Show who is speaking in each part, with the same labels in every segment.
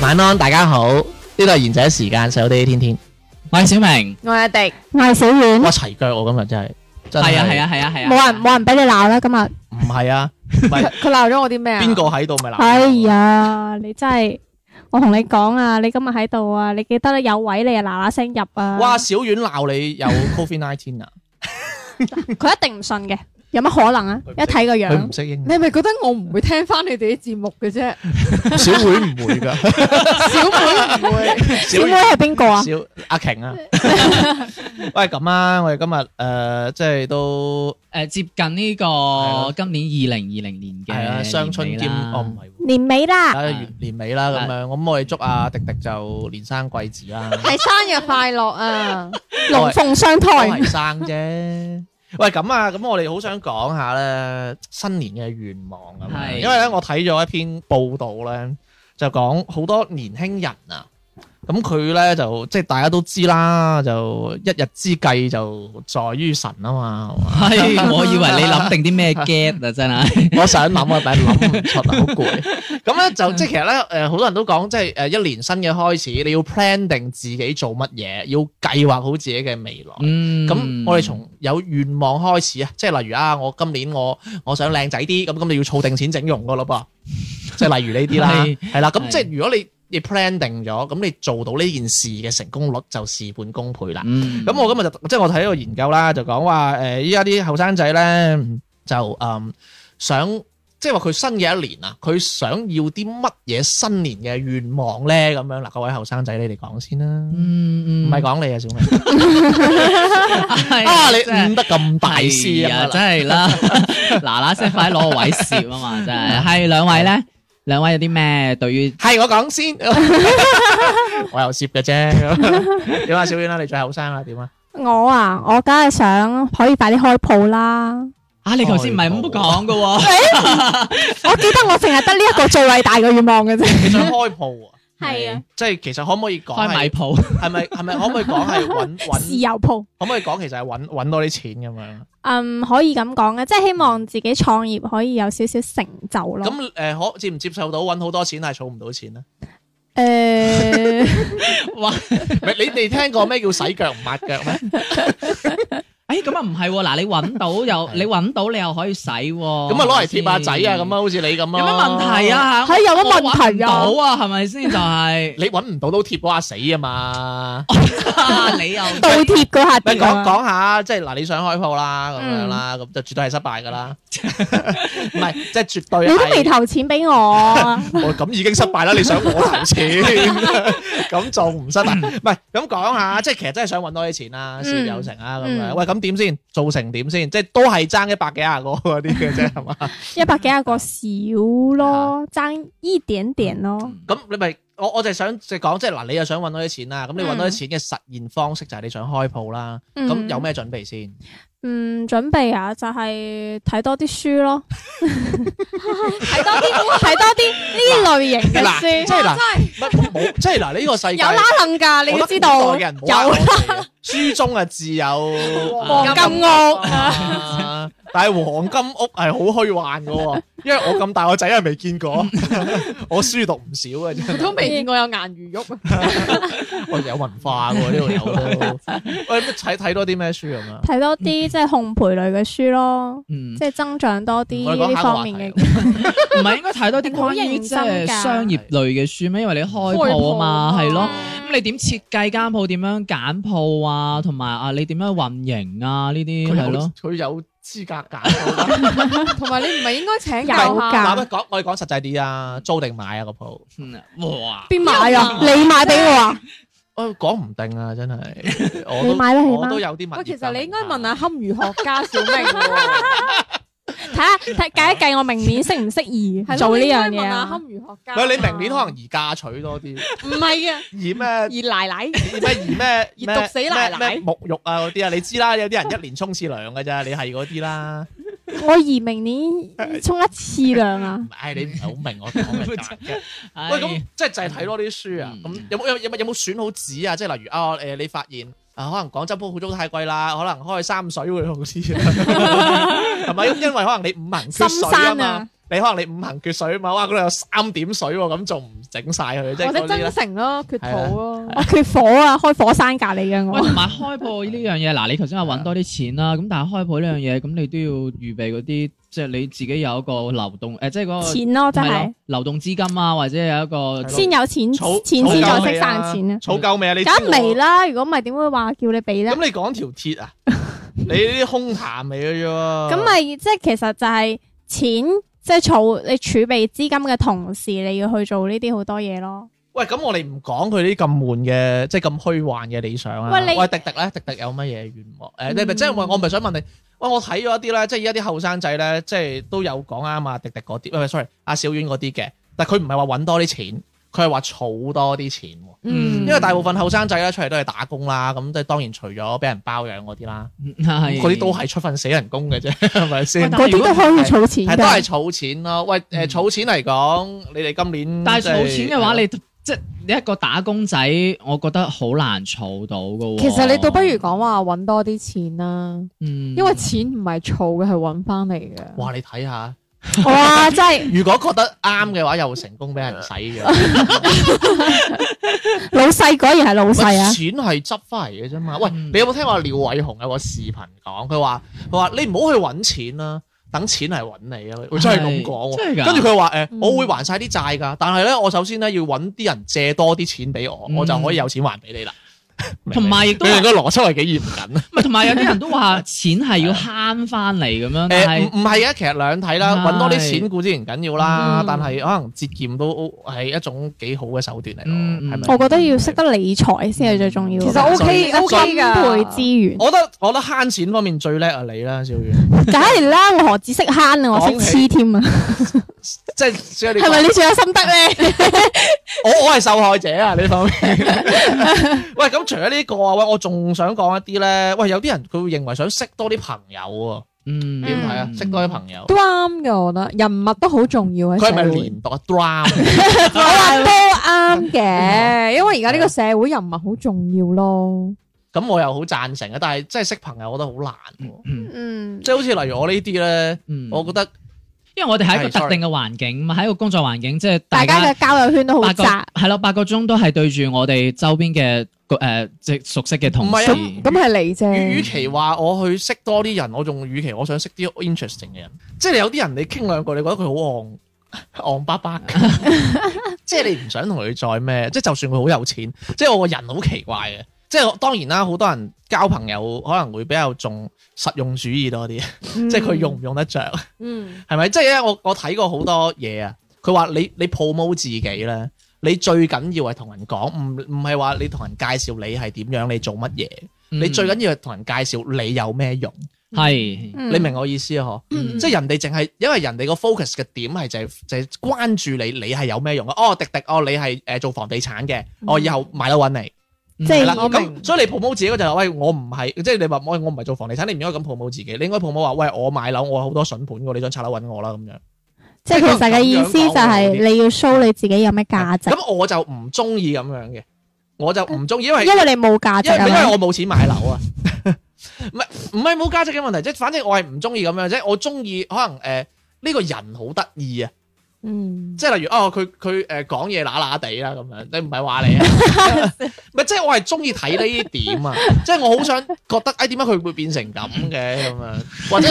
Speaker 1: 晚安，大家好，呢度係賢者時間，細佬啲天天。
Speaker 2: 我係小明，
Speaker 3: 我阿迪，
Speaker 4: 艾小丸，
Speaker 1: 哇，齊腳我今日真係，真
Speaker 2: 係啊係，啊係啊係啊，
Speaker 4: 冇人冇人俾你鬧啦，今日。
Speaker 1: 唔係啊，唔係
Speaker 3: 佢鬧咗我啲咩啊？
Speaker 1: 邊個喺度咪鬧？
Speaker 4: 哎，呀，你真係，我同你講啊，你今日喺度啊，你記得有位你啊嗱嗱聲入啊。
Speaker 1: 哇，小丸鬧你有 Covid nineteen 啊，
Speaker 4: 佢一定唔信嘅，有乜可能啊？一睇個
Speaker 1: 佢唔
Speaker 4: 樣，
Speaker 1: 識英
Speaker 3: 你係咪覺得我唔會聽翻你哋啲節目嘅啫？
Speaker 1: 文，小丸唔會㗎，
Speaker 3: 小妹唔會，
Speaker 4: 小妹
Speaker 1: 丸
Speaker 4: 係邊個啊？
Speaker 1: 小阿 瓊啊，喂咁啊，我哋今日誒即係都
Speaker 2: 誒接近
Speaker 1: 係
Speaker 2: 呢個今年二零二零年
Speaker 1: 係啊，
Speaker 2: 嘅
Speaker 1: 雙春
Speaker 2: 年
Speaker 1: 兼
Speaker 2: 尾啦
Speaker 1: 哦唔係喎。
Speaker 4: 年尾 啦，
Speaker 1: 啊年年尾啦咁樣，咁我哋祝阿迪迪就連生貴子啦，
Speaker 3: 係生日快樂啊！
Speaker 4: 龍鳳相
Speaker 1: 都
Speaker 4: 胎。
Speaker 1: 哦係生啫。喂，咁啊，咁我哋好想講下咧新年嘅願望咁樣，
Speaker 2: 係
Speaker 1: 因為咧我睇咗一篇報道咧，就講好多年輕人啊，咁佢咧就即係大家都知啦，就一日之計就在於晨啊嘛，
Speaker 2: 係，我以為你諗定啲咩 get 啊，真係。
Speaker 1: 我想諗啊，但係諗唔出啊，好 攰。咁咧
Speaker 2: 嗯
Speaker 1: 就即係其實咧，誒好多人都講，即係誒一年新嘅開始，你要 plan 定自己做乜嘢，要計劃好自己嘅未來。
Speaker 2: 嗯，
Speaker 1: 咁我哋從有願望開始啊，即係例如啊，我今年我我想靚仔啲，咁咁你要儲定錢整容噶咯 噃，即係例如呢啲啦，
Speaker 2: 係
Speaker 1: 係啦，咁
Speaker 2: 係
Speaker 1: 即係如果你你 plan 定咗，咁你做到呢件事嘅成功率就事半功倍啦。
Speaker 2: 嗯，
Speaker 1: 咁我今日就即係我睇一個研究啦，就講話誒依家啲後生仔咧就誒、嗯想即係話佢新嘅一年啊，佢想要啲乜嘢新年嘅願望咧咁樣嗱，各位後生仔你哋講先啦，
Speaker 2: 嗯
Speaker 1: 唔
Speaker 2: 嗯
Speaker 1: 係講你啊，小明。
Speaker 2: 係
Speaker 1: 啊！你
Speaker 2: 真係
Speaker 1: 悟得咁大師
Speaker 2: 係
Speaker 1: 啊！
Speaker 2: 真 係啦，嗱嗱聲快啲攞個位攝啊嘛，真係。係兩位咧，兩位有啲咩對於
Speaker 1: 係我講先， 我又攝嘅啫。 點啊，小婉啦，你最後生啦，點啊？
Speaker 4: 我啊，我梗係想可以快啲開鋪啦。
Speaker 2: 啊？你頭先唔係咁講噶
Speaker 1: 哦
Speaker 2: 喎，
Speaker 4: 我記得我淨係得呢一個最偉大嘅願望嘅啫。
Speaker 1: 你想開鋪啊？
Speaker 4: 係啊，
Speaker 1: 即係其實可唔可以講
Speaker 2: 開米
Speaker 1: 係
Speaker 2: 鋪
Speaker 1: 係咪係咪可唔可以講係揾
Speaker 4: 豉
Speaker 1: 揾？
Speaker 4: 油鋪，
Speaker 1: 可唔可以講其實係揾揾多啲錢咁樣？
Speaker 4: 嗯，可以咁講嘅，即係希望自己創業可以有少少成就咯。
Speaker 1: 咁誒可接唔接受到揾好多錢但啊係儲唔到錢 咧？
Speaker 4: 誒，
Speaker 2: 哇！
Speaker 1: 咪你哋聽過咩叫洗腳唔抹腳 咩？
Speaker 2: 誒咁啊唔係喎，嗱你揾到又你揾到你又可以使喎，
Speaker 1: 咁
Speaker 2: 咁
Speaker 1: 啊攞嚟貼下仔啊咁啊，。好似你咁啊。
Speaker 2: 有咩問題？啊？
Speaker 4: 係有乜問題啊
Speaker 2: 我揾唔到啊，係咪先 就係
Speaker 1: 你揾唔到都貼嗰下死啊嘛！
Speaker 2: 哦你又
Speaker 4: 倒貼嗰下
Speaker 1: 咪
Speaker 4: 跌
Speaker 1: 講
Speaker 4: 啊
Speaker 1: 講下，即係嗱，你想開鋪啦，咁樣
Speaker 2: 嗯
Speaker 1: 啦，咁就絕對係失敗噶 啦，唔係即係絕對
Speaker 4: 你都未
Speaker 1: 係。
Speaker 4: 投錢俾 我，
Speaker 1: 我哦咁已經失敗啦，你想我 投錢，咁仲唔失敗？唔係咁講下，即係其實真係想揾多啲錢啦，
Speaker 4: 嗯
Speaker 1: 事業有成啊咁樣。
Speaker 4: 嗯
Speaker 1: 喂，咁點先？做成點先？即係都係爭一百幾廿個嗰啲嘅啫， 係嘛？
Speaker 4: 一百幾廿個少
Speaker 1: 啊
Speaker 4: 咯，爭一點點咯。
Speaker 1: 咁你咪我我就係想即係講，即係嗱，你又想揾多啲錢啦，咁你揾多啲錢嘅實現方式就係你想開鋪啦。
Speaker 4: 嗯
Speaker 1: 咁有？咩準備先？
Speaker 4: 嗯，準備啊，就係睇多啲書咯， 睇多啲， 睇多啲呢類型嘅
Speaker 1: 嗱，即
Speaker 4: 書。
Speaker 1: 係嗱，乜冇即係嗱，呢個世界
Speaker 4: 有啦楞㗎，你
Speaker 1: 我
Speaker 4: 都
Speaker 1: 覺
Speaker 4: 知
Speaker 1: 得古
Speaker 4: 道
Speaker 1: 代嘅人冇呃我
Speaker 4: 有
Speaker 1: 哋嘅，書中啊自有
Speaker 4: 黃金屋
Speaker 1: 啊但係黃金屋係好虛幻嘅喎，因為我咁大個仔係未 見過，我書讀唔少啊嘅
Speaker 3: 我
Speaker 1: 啫，
Speaker 3: 都未見過有顏如玉啊！
Speaker 1: 喂有文化喎呢度有 都，喂咁睇睇多啲咩書咁啊？
Speaker 4: 睇多啲即係烘焙類嘅書咯，
Speaker 2: 嗯，
Speaker 4: 即係增長多
Speaker 1: 我
Speaker 4: 啲
Speaker 1: 哋講
Speaker 4: 呢
Speaker 1: 下一個
Speaker 4: 方
Speaker 1: 話
Speaker 4: 面嘅
Speaker 1: 題。
Speaker 2: 唔係應該睇多啲關於即係商業類嘅書咩？因為你開鋪啊嘛，係咯。咁你點設計間鋪？點樣揀鋪啊？同埋啊，你點樣運營啊？呢啲係咯，
Speaker 1: 佢有佢有資格 㗎。
Speaker 5: 同埋你唔係應該請
Speaker 4: 有
Speaker 5: 教
Speaker 4: 㗎
Speaker 5: 下？
Speaker 1: 嗱，喂，講我哋講實際啲啊，租定買啊個鋪？
Speaker 2: 嗯哇！
Speaker 4: 邊買 啊？
Speaker 5: 你買俾我啊？
Speaker 1: 我講唔定啊，真係。我
Speaker 4: 你買得起嗎
Speaker 1: 我都有啲物業
Speaker 5: 喂，哦其
Speaker 1: 㗎
Speaker 5: 實你應該問下堪輿學家小明 喎，
Speaker 4: 睇下睇計一計，我明年適唔適宜
Speaker 5: 係咯
Speaker 4: 做呢
Speaker 5: 你應該
Speaker 4: 樣
Speaker 5: 問
Speaker 4: 嘢
Speaker 5: 下
Speaker 4: 啊
Speaker 5: 堪？輿學家。
Speaker 1: 喂，你明年可能宜嫁娶多啲，
Speaker 5: 唔係啊，
Speaker 1: 宜咩？
Speaker 5: 而奶奶
Speaker 1: 以咩以咩
Speaker 5: 熱毒死奶奶
Speaker 1: 咩咩沐浴啊嗰啲啊，你知啦，有啲人一年沖次涼嘅咋，你係嗰啲啦。
Speaker 4: 我宜明年沖一次涼啊！
Speaker 1: 唉，你唔係好明我 講嘅㗎嘅。喂，
Speaker 2: 喂
Speaker 1: 咁
Speaker 4: 哎
Speaker 1: 即係就係睇多啲書啊。
Speaker 2: 嗯
Speaker 1: 咁有冇有有冇有冇選好紙啊？即係例如啊，誒你發現啊，可能廣州鋪好租太貴啦，可能開三水會好 啲啊，係咪？因為可能你五行
Speaker 4: 深
Speaker 1: 缺水啊
Speaker 4: 山
Speaker 1: 嘛
Speaker 4: 啊，
Speaker 1: 你可能你五行缺水啊嘛，哇嗰度有三點水喎，咁仲唔整晒 佢？即係
Speaker 5: 或
Speaker 1: 嗰
Speaker 5: 者
Speaker 1: 啲
Speaker 5: 真
Speaker 1: 咧。
Speaker 5: 誠咯，缺土咯。
Speaker 4: 我缺火啊，開火山隔離嘅
Speaker 2: 喂，
Speaker 4: 我。
Speaker 2: 同埋開鋪呢樣嘢，嗱，你頭先話揾多啲錢啦，咁哦但係啊開鋪呢樣嘢，咁你都要預備嗰啲，即係你自己有一個流動，誒，即係嗰個
Speaker 1: 哦
Speaker 4: 錢咯，真
Speaker 2: 係
Speaker 4: 係
Speaker 2: 咯流動資金啊，或者有一個
Speaker 1: 係咯
Speaker 4: 先有錢，
Speaker 1: 儲
Speaker 4: 錢先
Speaker 1: 儲夠
Speaker 4: 再
Speaker 1: 未
Speaker 4: 識
Speaker 1: 啊
Speaker 4: 賺錢啊！
Speaker 1: 儲夠未啊？你知
Speaker 4: 梗
Speaker 1: 我哦
Speaker 4: 未啦，如果唔係點會話叫你俾咧
Speaker 1: 咁？你講條 鐵啊？你呢啲空談嚟嘅啫喎。
Speaker 4: 咁咪即係其實就係錢，即係儲你儲備資金嘅同時，你要去做呢啲好多嘢咯。
Speaker 1: 喂，咁我哋唔講佢啲咁悶嘅，即係咁虛幻嘅理想啊。
Speaker 4: 喂你
Speaker 1: 喂，迪迪咧，迪迪有乜嘢願望？誒、
Speaker 2: 嗯
Speaker 1: 你咪即係我，我咪想問你，喂，我睇咗一啲咧，即係而家啲後生仔咧，即係都有講啱啊，迪迪嗰啲，喂喂，sorry，阿小丸嗰啲嘅，但佢唔係話揾多啲錢，佢係話儲多啲錢喎。
Speaker 2: 嗯
Speaker 1: 因為大部分後生仔咧出嚟都係打工啦，咁即係當然除咗俾人包養嗰啲啦，
Speaker 2: 係
Speaker 1: 嗰啲都係出份死人工嘅啫， 係咪
Speaker 2: 喂
Speaker 1: 先？
Speaker 2: 但係
Speaker 4: 嗰
Speaker 2: 如
Speaker 4: 啲
Speaker 2: 果
Speaker 4: 都可以儲錢
Speaker 1: 係都
Speaker 4: 㗎。
Speaker 1: 係儲錢咯。喂，誒
Speaker 2: 嗯
Speaker 1: 儲錢嚟講，你哋今年
Speaker 2: 但係
Speaker 1: 即係
Speaker 2: 儲錢嘅話，你即係你一個打工仔，我覺得好難儲到嘅喎。
Speaker 5: 其實你倒不如講話揾多啲錢啦，
Speaker 2: 嗯，
Speaker 5: 因為錢唔係儲嘅，係揾翻嚟嘅。
Speaker 1: 哇！你睇下，
Speaker 4: 哇！真係
Speaker 1: 如果覺得啱嘅話，又成功俾人使咗。
Speaker 4: 老細果然係老細啊！
Speaker 1: 錢係執翻嚟嘅啫嘛。喂，
Speaker 2: 嗯
Speaker 1: 你有冇聽過廖偉雄有個視頻講？佢話佢話你唔好去揾錢啦，等錢嚟揾你啊！佢真係咁講喎。
Speaker 2: 真係㗎
Speaker 1: 跟住佢話誒，
Speaker 5: 嗯
Speaker 1: 我會還晒啲債㗎，但係咧，我首先咧要揾啲人借多啲錢俾我，
Speaker 2: 嗯
Speaker 1: 我就可以有錢還俾你啦。
Speaker 2: 同埋亦都
Speaker 1: 你哋個邏輯係幾嚴謹啊！
Speaker 2: 唔係同埋有啲 人都話錢係要慳翻嚟咁樣，但
Speaker 1: 啊誒唔
Speaker 2: 係
Speaker 1: 唔係嘅，啊其實兩睇啦，
Speaker 2: 係
Speaker 1: 揾多啲錢固之然緊要啦，
Speaker 5: 嗯
Speaker 1: 但係可能節儉都哦係一種幾好嘅手段嚟咯，
Speaker 2: 嗯嗯
Speaker 1: 係咪？
Speaker 4: 我覺得要識得理財先係最重要。
Speaker 5: 其實
Speaker 1: 實
Speaker 5: OK
Speaker 4: 分
Speaker 5: OK 噶，
Speaker 4: 配資源，
Speaker 1: 我覺得我覺得慳錢方面最叻啊你啦，小遠，
Speaker 4: 梗係啦，我何止識慳啊，我識黐添啊，
Speaker 1: 即係 即係你
Speaker 4: 係咪你最有心得咧？
Speaker 1: 我我係受害者啊呢方面。 喂，咁除咗呢個啊，喂，我仲想講一啲咧，喂，有啲人佢會認為想識多啲朋友喎，
Speaker 2: 嗯
Speaker 1: 點睇啊？識多啲朋友，
Speaker 5: 都啱嘅，我覺得人物都好重要喺
Speaker 1: 佢係
Speaker 5: 社
Speaker 1: 咪
Speaker 5: 會。
Speaker 1: 連讀啊 drama？
Speaker 5: 我 話都啱嘅，因為而家呢個社會人物好重要咯。
Speaker 1: 咁我又好贊成嘅，啊但係真係識朋友，我覺得好難喎。
Speaker 2: 嗯
Speaker 4: 嗯，
Speaker 1: 即係好似例如我呢啲咧，
Speaker 2: 嗯
Speaker 1: 我覺得
Speaker 2: 因為我哋係一個
Speaker 1: 係
Speaker 2: 特
Speaker 1: ，sorry
Speaker 2: 定嘅環境嘛，喺一個工作環境，即係
Speaker 4: 大
Speaker 2: 大
Speaker 4: 家
Speaker 2: 家
Speaker 4: 嘅交友圈都好
Speaker 2: 八個
Speaker 4: 窄，
Speaker 2: 係咯，八個鐘都係對住我哋周邊嘅個誒即係熟悉嘅同
Speaker 1: 唔係
Speaker 2: 事
Speaker 1: 啊。
Speaker 5: 咁係你
Speaker 1: 與
Speaker 5: 啫，
Speaker 1: 其話我去識多啲人，我仲與其我想識啲 interesting 嘅人，即係你有啲人你傾兩句，你覺得佢好戇 戇 巴巴嘅，即係你唔想同佢再咩，即係就算佢好有錢，即係我個人好奇怪嘅，即係我當然啦，好多人交朋友可能會比較重實用主義多啲，
Speaker 5: 即
Speaker 1: 即係佢用唔用得着，
Speaker 5: 嗯
Speaker 1: 係咪？即係咧，我我睇過好多嘢啊，佢話你你 promote 自己咧，你最緊要係同人講，唔唔係話你同人介紹你係點樣，你做乜嘢。
Speaker 2: 嗯
Speaker 4: 嗯
Speaker 1: 你最緊要係同人介紹你有咩用，
Speaker 2: 係
Speaker 4: 嗯
Speaker 1: 你明我意思啊？嗬、
Speaker 2: 嗯
Speaker 1: 即係人哋淨係因為人哋個 focus 嘅點係就係、就係、關注你，你係有咩用啊？哦，迪迪，哦，你係誒、呃做房地產嘅，我、哦、以後買樓揾你，
Speaker 4: 嗯即係
Speaker 1: 係啦。
Speaker 5: 我明
Speaker 1: 咁所以你 promote 自己嗰陣，喂，我唔係，即係你話我我唔係做房地產，你唔應該咁 promote 自己，你應該 promote 話，喂，我買樓，我好多筍盤嘅，你想拆樓揾我啦咁樣。
Speaker 4: 即係其實嘅意思就係你要 show 你自己有咩價值，
Speaker 1: 咁我就唔中意咁樣嘅，我就唔中意，因為
Speaker 4: 因為你冇價值
Speaker 1: 因為
Speaker 4: 啊
Speaker 1: 因為
Speaker 4: 嘛。
Speaker 1: 我冇錢買樓啊， 唔係唔係冇價值嘅問題，即係反正我係唔中意咁樣，即係我中意可能誒呢、個人好得意啊，
Speaker 5: 嗯，
Speaker 1: 即係例如哦，佢佢誒講嘢乸乸地啦啊咁樣，你唔係 話你啊？唔係即係我係中意睇呢啲點啊！即係我好想覺得，哎誒點解佢會變成咁嘅咁樣？ 或者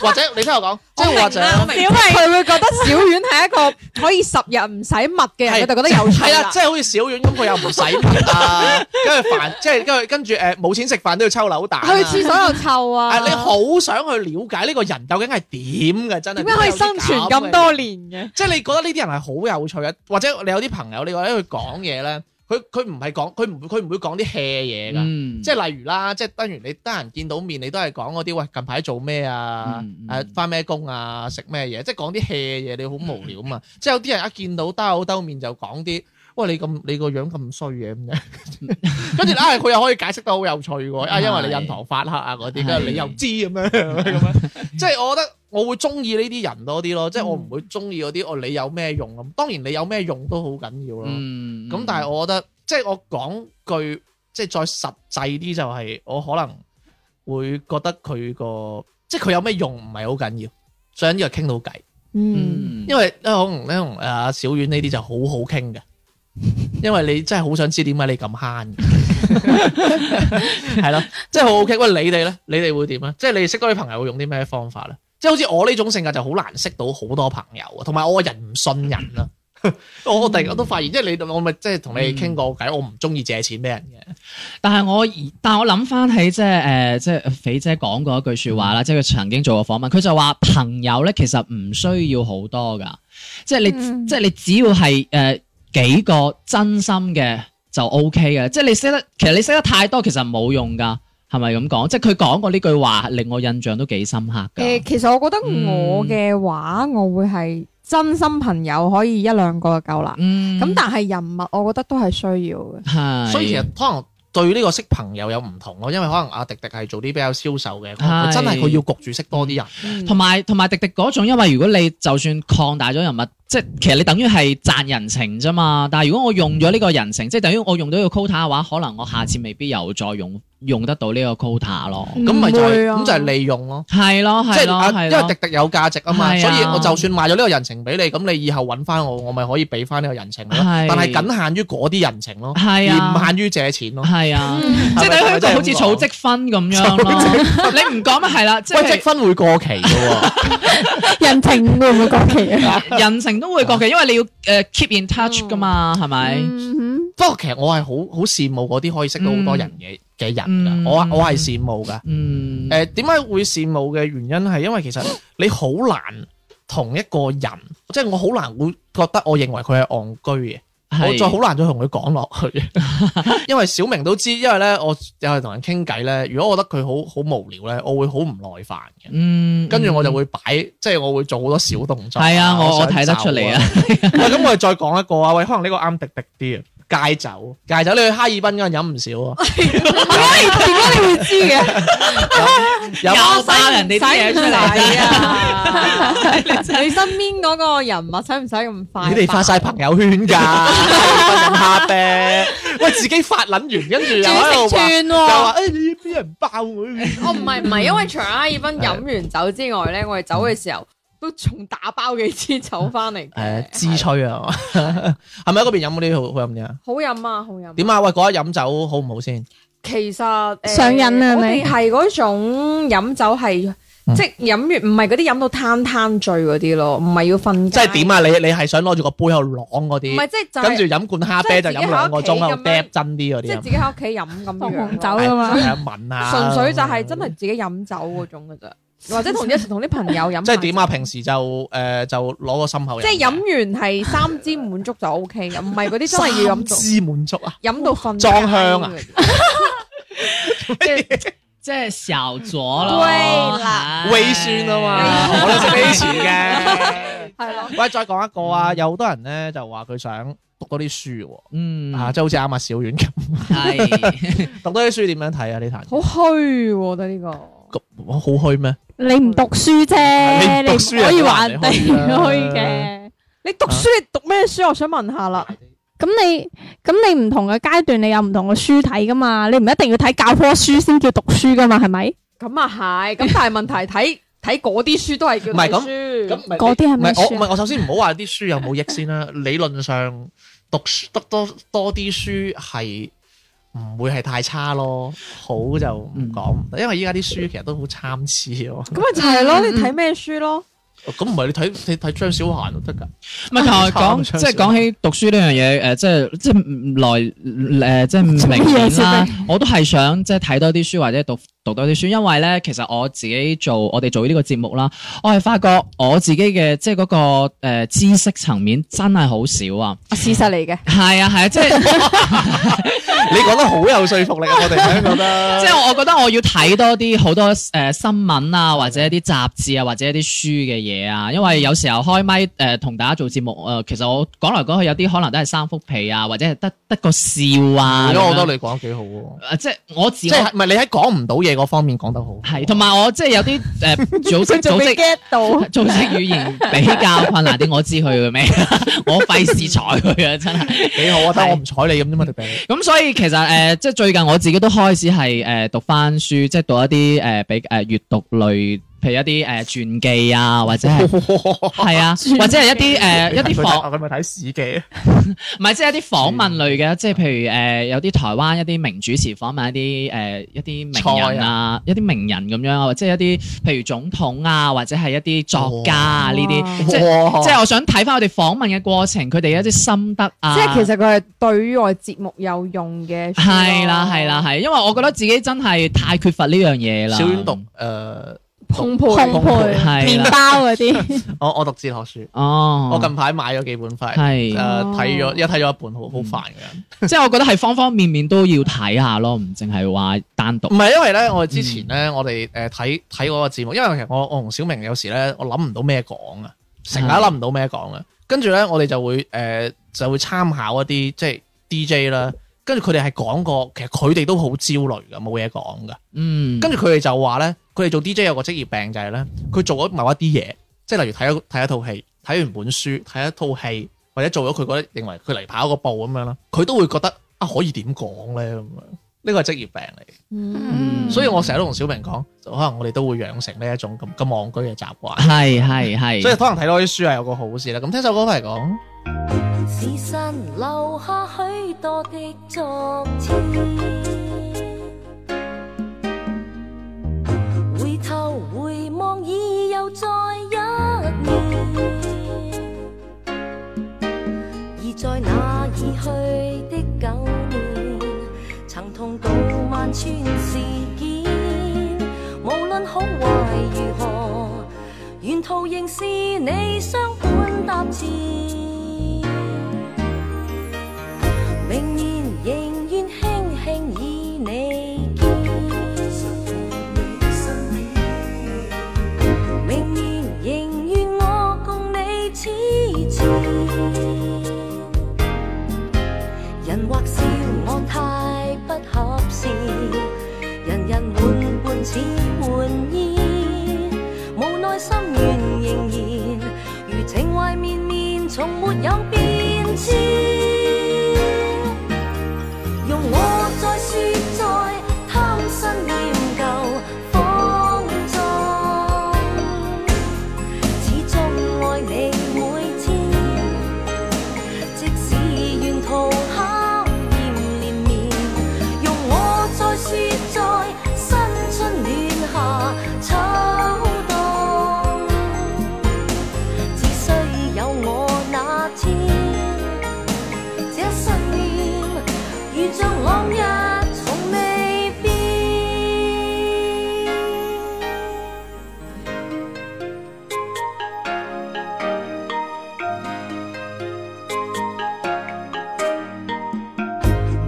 Speaker 1: 或者你聽我講，即係或者
Speaker 5: 小明佢會覺得小丸係一個可以十日唔使密嘅人，
Speaker 1: 係
Speaker 5: 佢就覺得有趣
Speaker 1: 係啦，
Speaker 5: 啦
Speaker 1: 即。係好似小丸咁，佢又唔使問啊，跟住煩，即係跟住跟住誒冇錢食飯都要抽扭蛋啊
Speaker 5: 去廁所又臭啊！
Speaker 1: 啊！你好想去了解呢個人究竟係點嘅，真係
Speaker 5: 點解可以生存咁多年嘅？
Speaker 1: 即係你覺得呢啲人係好有趣嘅，啊或者你有啲朋友，你覺得佢講嘢咧，佢佢唔係講，佢唔佢唔會講啲 hea 嘢㗎。
Speaker 2: 嗯，
Speaker 1: 即係例如啦，即係等於你得閒見到面，你都係講嗰啲喂近排做咩啊
Speaker 2: 嗯？嗯
Speaker 1: 誒翻咩工啊？食咩嘢？即係講啲 hea 嘢，你好無聊啊嘛。
Speaker 2: 嗯
Speaker 1: 即係有啲人一見到兜口兜面就講啲。喂，你咁你個樣咁衰嘅咁樣，
Speaker 2: 嗯
Speaker 1: 跟住啊佢又可以解釋得好有趣喎，啊因為你印堂發黑啊嗰啲，跟住你又知咁 樣咁樣，即係我覺得我會中意呢啲人多啲咯，即係我
Speaker 2: 嗯
Speaker 1: 唔會中意嗰啲哦你有咩用咁，當然你有咩用都好緊要咯。
Speaker 2: 嗯，
Speaker 1: 咁但係我覺得，即係我講句，即係再實際啲就係，我可能會覺得佢個，即係佢有咩用唔係好緊要，最緊要係傾到偈。
Speaker 5: 嗯，
Speaker 2: 嗯，
Speaker 1: 因為咧可能咧同阿小婉呢啲就好好傾嘅，因為你真係好想知點解你咁慳嘅， 係咯，即係好好傾。喂，你哋咧，你哋會點啊？即係你哋識多啲朋友會用啲咩方法咧？即係好似我呢種性格就好難識到好多朋友啊，同埋我個人唔信人啊。 嗯我我突然間都發現，即係你我咪即係同你哋傾過偈，我唔中意借錢俾人嘅。
Speaker 2: 但係我而但係我諗翻起即係誒，即係呃肥姐講過一句説話啦，即係佢曾經做過訪問，佢就話朋友咧其實唔需要好多㗎，即係你、
Speaker 4: 嗯
Speaker 2: 即係你只要係誒、呃、幾個真心嘅就 O K 嘅，即係你識得其實你識得太多其實冇用㗎，係咪咁講？即係佢講過呢句話令我印象都幾深刻㗎
Speaker 5: 誒，。其實我覺得我嘅話，我會係真心朋友可以一兩個就夠啦。
Speaker 2: 嗯，
Speaker 5: 咁但係人物，我覺得都係需要嘅。
Speaker 2: 係，
Speaker 1: 所以其實可能對呢個識朋友有唔同咯，因為可能阿迪迪係做啲比較銷售嘅，佢
Speaker 2: 係
Speaker 1: 真係佢要焗住識多啲人。
Speaker 2: 同埋同埋迪迪嗰種，因為如果你就算擴大咗人物，即係其實你等於係賺人情啫嘛。但係如果我用咗呢個人情，即係等於我用到呢個 quota 嘅話，可能我下次未必又再用用得到呢個 quota 咯。
Speaker 1: 咁咪就
Speaker 5: 唔
Speaker 1: 係
Speaker 5: 會啊
Speaker 1: 咁就係利用咯。
Speaker 2: 係咯，
Speaker 1: 嗯即
Speaker 2: 係
Speaker 1: 係
Speaker 2: 咯，
Speaker 1: 啊，
Speaker 2: 係
Speaker 1: 因為
Speaker 2: 咯。
Speaker 1: 迪迪有價值啊嘛，
Speaker 2: 係啊
Speaker 1: 所以我就算賣咗呢個人情俾你，咁你以後揾翻我，我咪可以俾翻呢個人情咯。
Speaker 2: 係
Speaker 1: 但係僅限於嗰啲人情咯，而
Speaker 2: 係
Speaker 1: 唔嗯
Speaker 2: 啊，
Speaker 1: 限於借錢咯。
Speaker 2: 係啊，
Speaker 1: 咪
Speaker 2: 即係等於佢就好似
Speaker 1: 真係咁
Speaker 2: 儲
Speaker 1: 講
Speaker 2: 積分咁樣咯。你唔講咪係啦， 即
Speaker 1: 喂，積
Speaker 2: 係
Speaker 1: 分會過期嘅喎，
Speaker 5: 人情會唔會過期啊？
Speaker 2: 人情都會過
Speaker 1: 啊
Speaker 2: 期，因為你要誒呃 keep in touch 噶嘛，係咪？
Speaker 4: 嗯
Speaker 1: 不過其實我係好好羨慕嗰啲可以識到好多人嘅嘅人
Speaker 2: 嗯
Speaker 1: 㗎，我我係羨慕㗎。
Speaker 2: 嗯，
Speaker 1: 誒點解會羨慕嘅原因係因為其實你好難同一個人，即係我好難會覺得我認為佢係戇居嘅。我
Speaker 2: 係
Speaker 1: 再好難再同佢講落去， 因為小明都知，因為咧我有係同人傾偈咧，如果我覺得佢好好無聊咧，我會好唔耐煩嘅，
Speaker 2: 嗯，
Speaker 1: 跟住我就 會擺，即係我會做好多小動作。
Speaker 2: 係啊，我我
Speaker 1: 想
Speaker 2: 睇得出嚟啊。
Speaker 1: 走 啊！喂，咁我哋再講一個啊，喂，可能呢個啱滴滴啲啊，戒酒，戒酒，你去哈爾濱嗰陣飲 唔少啊，
Speaker 5: 點解你會知嘅？
Speaker 1: 有
Speaker 2: 有爆人哋啲嘢出嚟。
Speaker 5: 使唔使啊！ 你身邊嗰個人物使唔使咁快？
Speaker 1: 你哋發晒朋友圈 㗎，飲下啤，喂，自己發撚完，跟住又喺度話，
Speaker 5: 串
Speaker 1: 又
Speaker 5: 喎！
Speaker 1: 話誒你啲人爆我，
Speaker 5: 我唔係唔係，因為除咗阿爾濱飲完酒之外咧，我哋走嘅時候都仲打包幾支酒翻嚟
Speaker 1: 誒
Speaker 5: 嘅，
Speaker 1: 自 吹啊，係咪喺嗰邊飲嗰啲好好飲啲啊？
Speaker 5: 好飲啊，好飲。
Speaker 1: 點啊？喂，嗰日飲酒好唔好先？
Speaker 5: 其實呃
Speaker 4: 上癮啊
Speaker 5: 我
Speaker 4: 你
Speaker 5: 哋係嗰種飲酒係
Speaker 1: 嗯
Speaker 5: 即係飲完唔係嗰啲飲到攤攤醉嗰啲咯，唔係要瞓。
Speaker 1: 即係點？啊？你你係想攞住個杯喺度啷嗰
Speaker 5: 唔係
Speaker 1: 啲，
Speaker 5: 即係就
Speaker 1: 跟住
Speaker 5: 係
Speaker 1: 飲罐蝦啤就飲兩個鐘喺度
Speaker 5: 即係
Speaker 1: 嗒真啲嗰
Speaker 5: 即係
Speaker 1: 啲
Speaker 5: 自己喺屋企飲咁
Speaker 4: 放
Speaker 5: 樣
Speaker 4: 紅
Speaker 5: 咯
Speaker 4: 酒啊嘛，
Speaker 1: 啊，聞下。
Speaker 5: 純粹就係真係自己飲酒嗰種嘅啫，或者同一 時同啲朋友飲。
Speaker 1: 即係點啊？？平時就誒就攞個心口飲
Speaker 5: 即
Speaker 1: 嘅，
Speaker 5: 係飲完係三支滿足就 O K 嘅，唔係嗰啲真係要
Speaker 1: 三
Speaker 5: 飲到
Speaker 1: 支滿足啊！
Speaker 5: 飲到瞓
Speaker 1: 裝香啊
Speaker 5: 街嗰啲！
Speaker 2: 即係小咗咯，
Speaker 5: 對啦
Speaker 2: 係
Speaker 1: 胃酸啊嘛，我都識呢詞 嘅。
Speaker 5: 係咯，
Speaker 1: 喂，再講一個
Speaker 5: 嗯
Speaker 1: 啊，有好多人咧就話佢想讀多啲書喎，
Speaker 2: 嗯，
Speaker 1: 啊，即係好似啱阿小婉咁，
Speaker 2: 係
Speaker 1: 讀多啲書點樣睇啊？呢壇
Speaker 5: 好虛喎，我覺得呢個
Speaker 1: 咁我好虛咩？
Speaker 4: 哼，你唔讀書
Speaker 1: 係
Speaker 4: 啫，
Speaker 1: 你唔讀
Speaker 4: 唔
Speaker 1: 書啊
Speaker 4: 可以
Speaker 1: 人哋
Speaker 4: 話人哋
Speaker 1: 話
Speaker 4: 虛
Speaker 1: 人哋虛
Speaker 4: 嘅。
Speaker 5: 你讀書你讀咩書？我想問下啦，
Speaker 4: 咁你咁你唔同嘅階段，你有唔同嘅書睇噶嘛？你唔一定要睇教科書先叫讀書噶嘛？係咪？
Speaker 5: 咁啊係，咁但係問題睇睇嗰啲書都係叫
Speaker 1: 唔
Speaker 5: 睇
Speaker 1: 係咁
Speaker 5: 書。
Speaker 1: 咁唔係
Speaker 4: 嗰啲係
Speaker 1: 唔
Speaker 4: 咩
Speaker 1: 係我唔
Speaker 4: 書
Speaker 1: 係
Speaker 4: 啊？
Speaker 1: 我首先唔好話啲書有冇益先啦。 理論上讀書得多多啲書係唔會係太差咯，好就唔講唔
Speaker 2: 嗯
Speaker 1: 得，因為依家啲書其實都好參差 咯。
Speaker 5: 咁咪就係
Speaker 1: 嗯
Speaker 5: 咯，你睇咩書咯？
Speaker 1: 咁唔係你睇你睇張小娴都得㗎，
Speaker 2: 唔係，同我講，
Speaker 1: 啊差唔多
Speaker 2: 即係講起讀書呢樣嘢，誒，即係即係來誒，即係明 顯啦。我都係想即係睇多啲書或者讀讀多啲書，因為咧，其實我自己做我哋做呢個節目啦，我係發覺我自己嘅即係嗰個誒知識層面真係好少啊。
Speaker 5: 事實嚟嘅。
Speaker 2: 係啊，係啊，即係。
Speaker 1: 你講得好有說服力啊！我哋睇覺得
Speaker 2: 即係我覺得我要睇多啲好多誒、呃新聞啊，或者一啲雜誌啊，或者一啲書嘅嘢啊，因
Speaker 1: 嗯
Speaker 2: 為有時候開咪誒同大家做節目誒、呃其實我講嚟講去有啲可能都係三幅被啊，或者係得得個笑
Speaker 1: 如
Speaker 2: 啊，咁
Speaker 1: 嗯果我
Speaker 2: 樣
Speaker 1: 覺得你講得幾好喎。
Speaker 2: 呃即係我自
Speaker 1: 即
Speaker 2: 己
Speaker 1: 係唔係你喺講唔到嘢嗰方面講得好，
Speaker 2: 係，同埋我即係有啲 誒組織組織
Speaker 5: get 到。
Speaker 2: 組織語言比較困難啲，我知佢嘅咩， 我費事睬佢啊，真係。
Speaker 1: 幾好啊！但我唔睬你咁啫嘛，你病。
Speaker 2: 咁所以其實誒、呃即係最近我自己都開始係誒、呃、讀翻書，即係讀一啲誒比誒閱讀類，譬如一啲誒、呃、傳記啊，或者係係 啊，或者係一啲誒、呃一啲 訪，
Speaker 1: 佢咪睇史記？
Speaker 2: 唔係即係一啲訪問類嘅，即係譬如誒、呃有啲台灣一啲名主持訪問一啲誒、呃一啲名人啊，一啲名人咁樣，或者一啲譬如總統啊，或者係一啲作家啊呢啲，即係即係我想睇翻我哋訪問嘅過程，佢哋一啲心得啊。
Speaker 5: 即係其實佢係對於我節目有用嘅書咯。
Speaker 2: 係啦，係啦，係，因為我覺得自己真係太缺乏呢樣嘢啦。
Speaker 1: 小院讀呃誒，
Speaker 5: 烘
Speaker 4: 烘
Speaker 5: 焙
Speaker 4: 焙
Speaker 2: 係
Speaker 4: 麵
Speaker 2: 啦，
Speaker 4: 包嗰啲，
Speaker 1: 我我讀哲學書，
Speaker 2: 哦，
Speaker 1: 我近排啊買咗幾本翻嚟，誒
Speaker 2: 係，哦嗯
Speaker 1: 睇咗一睇咗一半，好好煩嘅。
Speaker 2: 即係我覺得係方方面面都要睇下咯，唔淨係話單獨
Speaker 1: 唔。係因為咧，我之前
Speaker 2: 嗯
Speaker 1: 咧，我哋誒睇睇嗰個節目，因為其實我我同小明有時咧，我諗唔到咩講啊，成日都諗唔到咩講啊。跟住咧，我哋就會誒就會參考一啲即係 DJ 啦，跟住佢哋係講過，其實佢哋都好焦慮㗎，冇嘢講㗎。
Speaker 2: 嗯，
Speaker 1: 跟住佢哋就話咧，佢哋做 DJ 有個職業病就係咧，佢做咗某一啲嘢，即係例如睇一睇一套戲，睇完本書，睇一套戲，或者做咗佢覺得認為佢嚟跑個步咁樣啦，佢都會覺得啊可以點講咧咁樣，呢個係職業病嚟嘅。
Speaker 4: 嗯
Speaker 1: 所以我成日都同小明講，可能我哋都會養成呢一種咁咁戇居嘅習慣。
Speaker 2: 係係係，
Speaker 1: 所以可能睇多啲書係有個好事啦。咁聽首歌嚟講，
Speaker 6: 時辰留下許多的昨天，回頭回望已又再一年，而在那已去的九年，曾同渡萬川事件，無論好壞如何。沿途仍是你相伴踏前。明年仍願輕輕以你見，明年仍願我共你痴纏。人或笑我太不合時，人人換伴似換衣。無奈心願仍然，如情懷綿綿，從沒有變遷。容我再説再貪新厭舊放縱，始終愛你每天，即使沿途考驗連綿。用我再説再新春暖夏秋冬，只需有我那天，這信念如像往日從未變。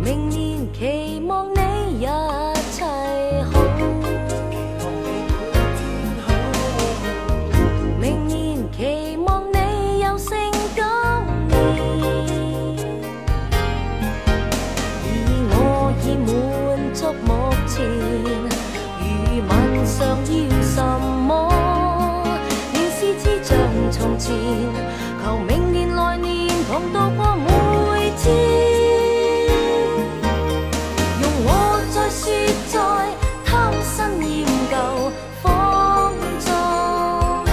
Speaker 6: 明年期望你一切好，明年期望你有性感面，而我已滿足目前，如問上要什麼，仍是似像從前，求明年來年同度過每天。用我再説再貪新厭舊放縱，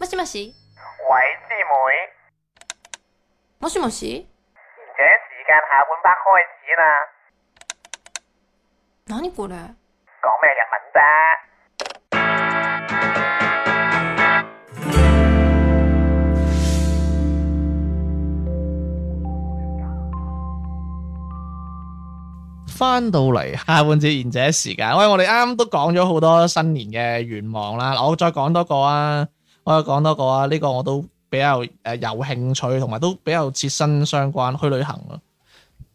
Speaker 7: もし
Speaker 8: 喂，師妹，
Speaker 7: もしもし
Speaker 8: 賢者時間下半 part 開始啦，
Speaker 7: 何これ
Speaker 8: 講咩日文啫？
Speaker 1: 翻到嚟下半節賢者時間，喂，我哋啱啱都講咗好多新年嘅願望啦，嗱我再講多個啊，我又講多個啊，呢、個我都比較誒、呃有興趣，同埋都比較切身相關，去旅行咯。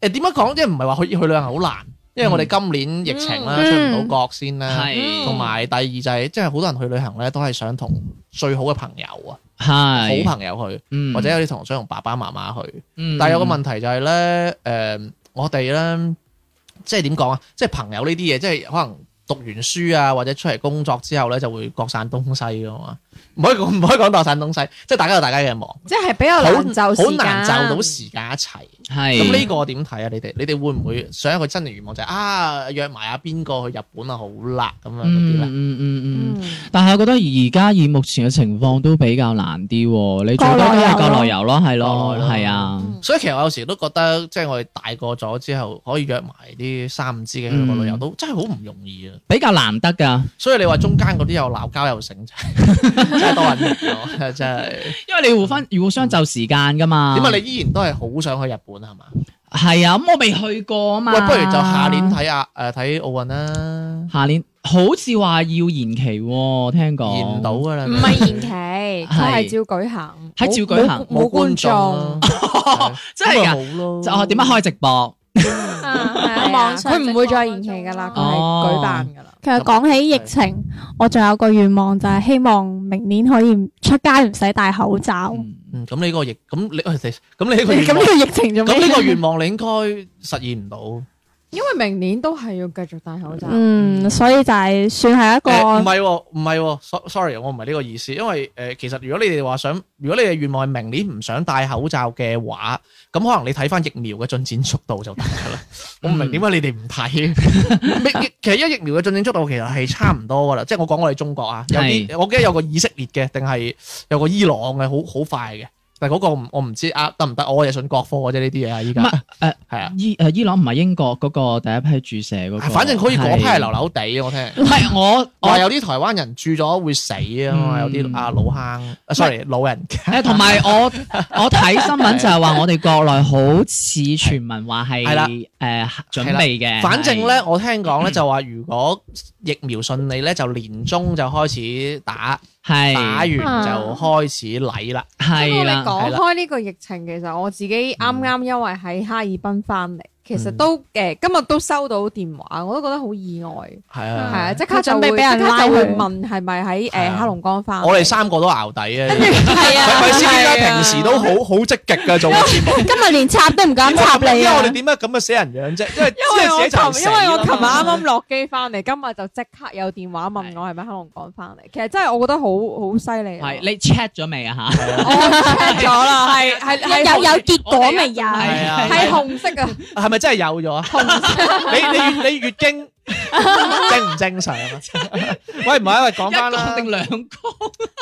Speaker 1: 誒點樣講？即係唔係話去去旅行好難，因為我哋今年疫情啦，
Speaker 4: 嗯
Speaker 1: 出唔到國先啦，
Speaker 2: 係
Speaker 1: 同埋第二就係、即係好多人去旅行咧，都係想同最好嘅朋友啊，
Speaker 2: 係
Speaker 1: 好朋友去，
Speaker 2: 嗯
Speaker 1: 或者有啲同想同爸爸媽媽去。
Speaker 2: 嗯
Speaker 1: 但係有個問題就係咧，誒、我哋咧，即係點講啊？即係朋友呢啲嘢，即係可能讀完書啊，或者出嚟工作之後咧，就會各散東西噶嘛。唔可以講唔 可以講各散東西，即係大家有大家嘅忙，
Speaker 5: 即係比較
Speaker 1: 好
Speaker 5: 難就時
Speaker 1: 好
Speaker 5: 間
Speaker 1: 難就到時間一齊。
Speaker 2: 嗯係
Speaker 1: 咁呢個點睇啊？你哋你哋會唔會想一個真嘅願望就係、啊約埋阿邊個去日本啊好啦咁樣嗰啲
Speaker 2: 嗯
Speaker 1: 咧？
Speaker 2: 嗯嗯嗯，但係我覺得而家以目前嘅情況都比較難啲喎，你最多都係
Speaker 4: 國內遊咯啊
Speaker 2: 國內遊咯，係咯
Speaker 1: 國，內遊
Speaker 2: 係啊，
Speaker 1: 所以其實我有時都覺得，即係我哋大個咗之後，可以約埋啲三五知己去個旅遊，
Speaker 2: 嗯
Speaker 1: 都真係好唔容易啊！
Speaker 2: 比較難得㗎，
Speaker 1: 所以你話中間嗰啲又鬧交又成，真係 真係多人認咯，真係。
Speaker 2: 因為你互分互相就時間㗎嘛。
Speaker 1: 嗯點解你依然都係好想去日本係嘛？
Speaker 2: 係啊，咁我未去過啊嘛。
Speaker 1: 喂，不如就下年睇下誒睇奧運啦，
Speaker 2: 下年好似話要延期喎，聽講
Speaker 1: 延到㗎啦，
Speaker 5: 唔係 延 期，都係照舉行，
Speaker 2: 係照舉行
Speaker 5: 冇冇觀眾
Speaker 1: 咯，。啊係
Speaker 2: 真係
Speaker 1: 咁咪啊
Speaker 2: 㗎。
Speaker 1: 冇咯。
Speaker 2: 就哦，點樣開直播？
Speaker 5: 啊
Speaker 7: 網上
Speaker 5: 佢唔會再延期㗎啦，佢係舉辦㗎啦。
Speaker 4: 其實講起疫情，我仲有個願望就係希望明年可以出街唔使戴口罩。
Speaker 2: 嗯
Speaker 1: 嗯？咁你個疫咁你 喂咁你呢個願
Speaker 4: 咁
Speaker 1: 望
Speaker 4: 呢個疫情做咩？
Speaker 1: 咁呢個願望你應該實現唔到。
Speaker 5: 因為明年都係要繼續戴口罩。
Speaker 4: 嗯，所以就係算係一
Speaker 1: 呃誒唔
Speaker 4: 個
Speaker 1: 係喎，唔係喎，so-，sorry，我唔係呢個意思，因為誒、呃其實如果你哋話想，如果你嘅願望係明年唔想戴口罩嘅話，咁可能你睇翻疫苗嘅進展速度就得㗎 啦。我唔明點解你哋唔
Speaker 2: 嗯
Speaker 1: 睇？咪 其實一疫苗嘅進展速度其實係差唔多㗎啦，即係我講我哋中國啊，有啲我記得有個以色列嘅，定係有個伊朗嘅，好好快嘅。但係嗰個唔我唔知啊得唔得，我係信國科嘅啫呢啲嘢啊，依家
Speaker 2: 唔係誒
Speaker 1: 係啊，
Speaker 2: 伊呃誒伊朗唔係英國嗰個第一批注射嗰個，
Speaker 1: 反正可以嗰批係流
Speaker 2: 流。
Speaker 1: 流地嘅我聽。
Speaker 2: 唔係我 我
Speaker 1: 話有啲台灣人住咗會死啊嘛，
Speaker 2: 哦嗯
Speaker 1: 有啲啊老坑啊，sorry 老人家
Speaker 2: 誒，同埋我我睇新聞就係話我哋國內好似傳聞話係
Speaker 1: 係啦
Speaker 2: 誒準備嘅，
Speaker 1: 反正咧
Speaker 2: 係，
Speaker 1: 我聽講咧就話，如果疫苗順利咧，就年中就開始打，打完
Speaker 2: 係
Speaker 1: 就
Speaker 5: 啊
Speaker 1: 開始禮啦。
Speaker 5: 不過
Speaker 2: 係
Speaker 5: 你
Speaker 2: 啦，
Speaker 5: 講
Speaker 1: 係啦
Speaker 5: 開呢個疫情，其實我自己啱啱因為喺哈爾濱翻嚟，其實都誒今日都收到電話，我都覺得好意外，係
Speaker 1: 係
Speaker 5: 啊，
Speaker 1: 啊，
Speaker 5: 即刻就
Speaker 4: 準備
Speaker 5: 會
Speaker 4: 俾人
Speaker 5: 即刻
Speaker 4: 拉
Speaker 5: 就會
Speaker 4: 去
Speaker 5: 問係咪喺
Speaker 1: 係啊
Speaker 5: 誒黑龍江翻嚟？
Speaker 1: 我哋三個都淆底啊！
Speaker 5: 係 啊，
Speaker 1: 佢先
Speaker 5: 係
Speaker 1: 點
Speaker 5: 啊
Speaker 1: 解平時都好好積極嘅做節目？
Speaker 4: 今日連插都唔敢
Speaker 1: 因
Speaker 4: 插
Speaker 1: 為
Speaker 4: 你
Speaker 1: 因為我哋
Speaker 4: 啊！
Speaker 1: 點解咁嘅死人樣啫？因為
Speaker 5: 因為
Speaker 1: 因為
Speaker 5: 我
Speaker 1: 死
Speaker 5: 琴
Speaker 1: 就
Speaker 5: 因為我琴日
Speaker 1: 晚
Speaker 5: 啱啱落機翻嚟，今日就即刻有電話問我係咪黑龍江翻嚟。其實真係我覺得好好犀利啊。
Speaker 2: 係你 check 咗未啊嚇？
Speaker 5: 我 check 咗啦，係係係
Speaker 4: 有有結果未呀？
Speaker 1: 係啊，
Speaker 5: 係紅色啊，
Speaker 1: 係咪真係有咗啊？你你你月經正唔正常啊？喂，唔係，喂，講翻
Speaker 2: 一
Speaker 1: 啦
Speaker 2: 個。定兩個？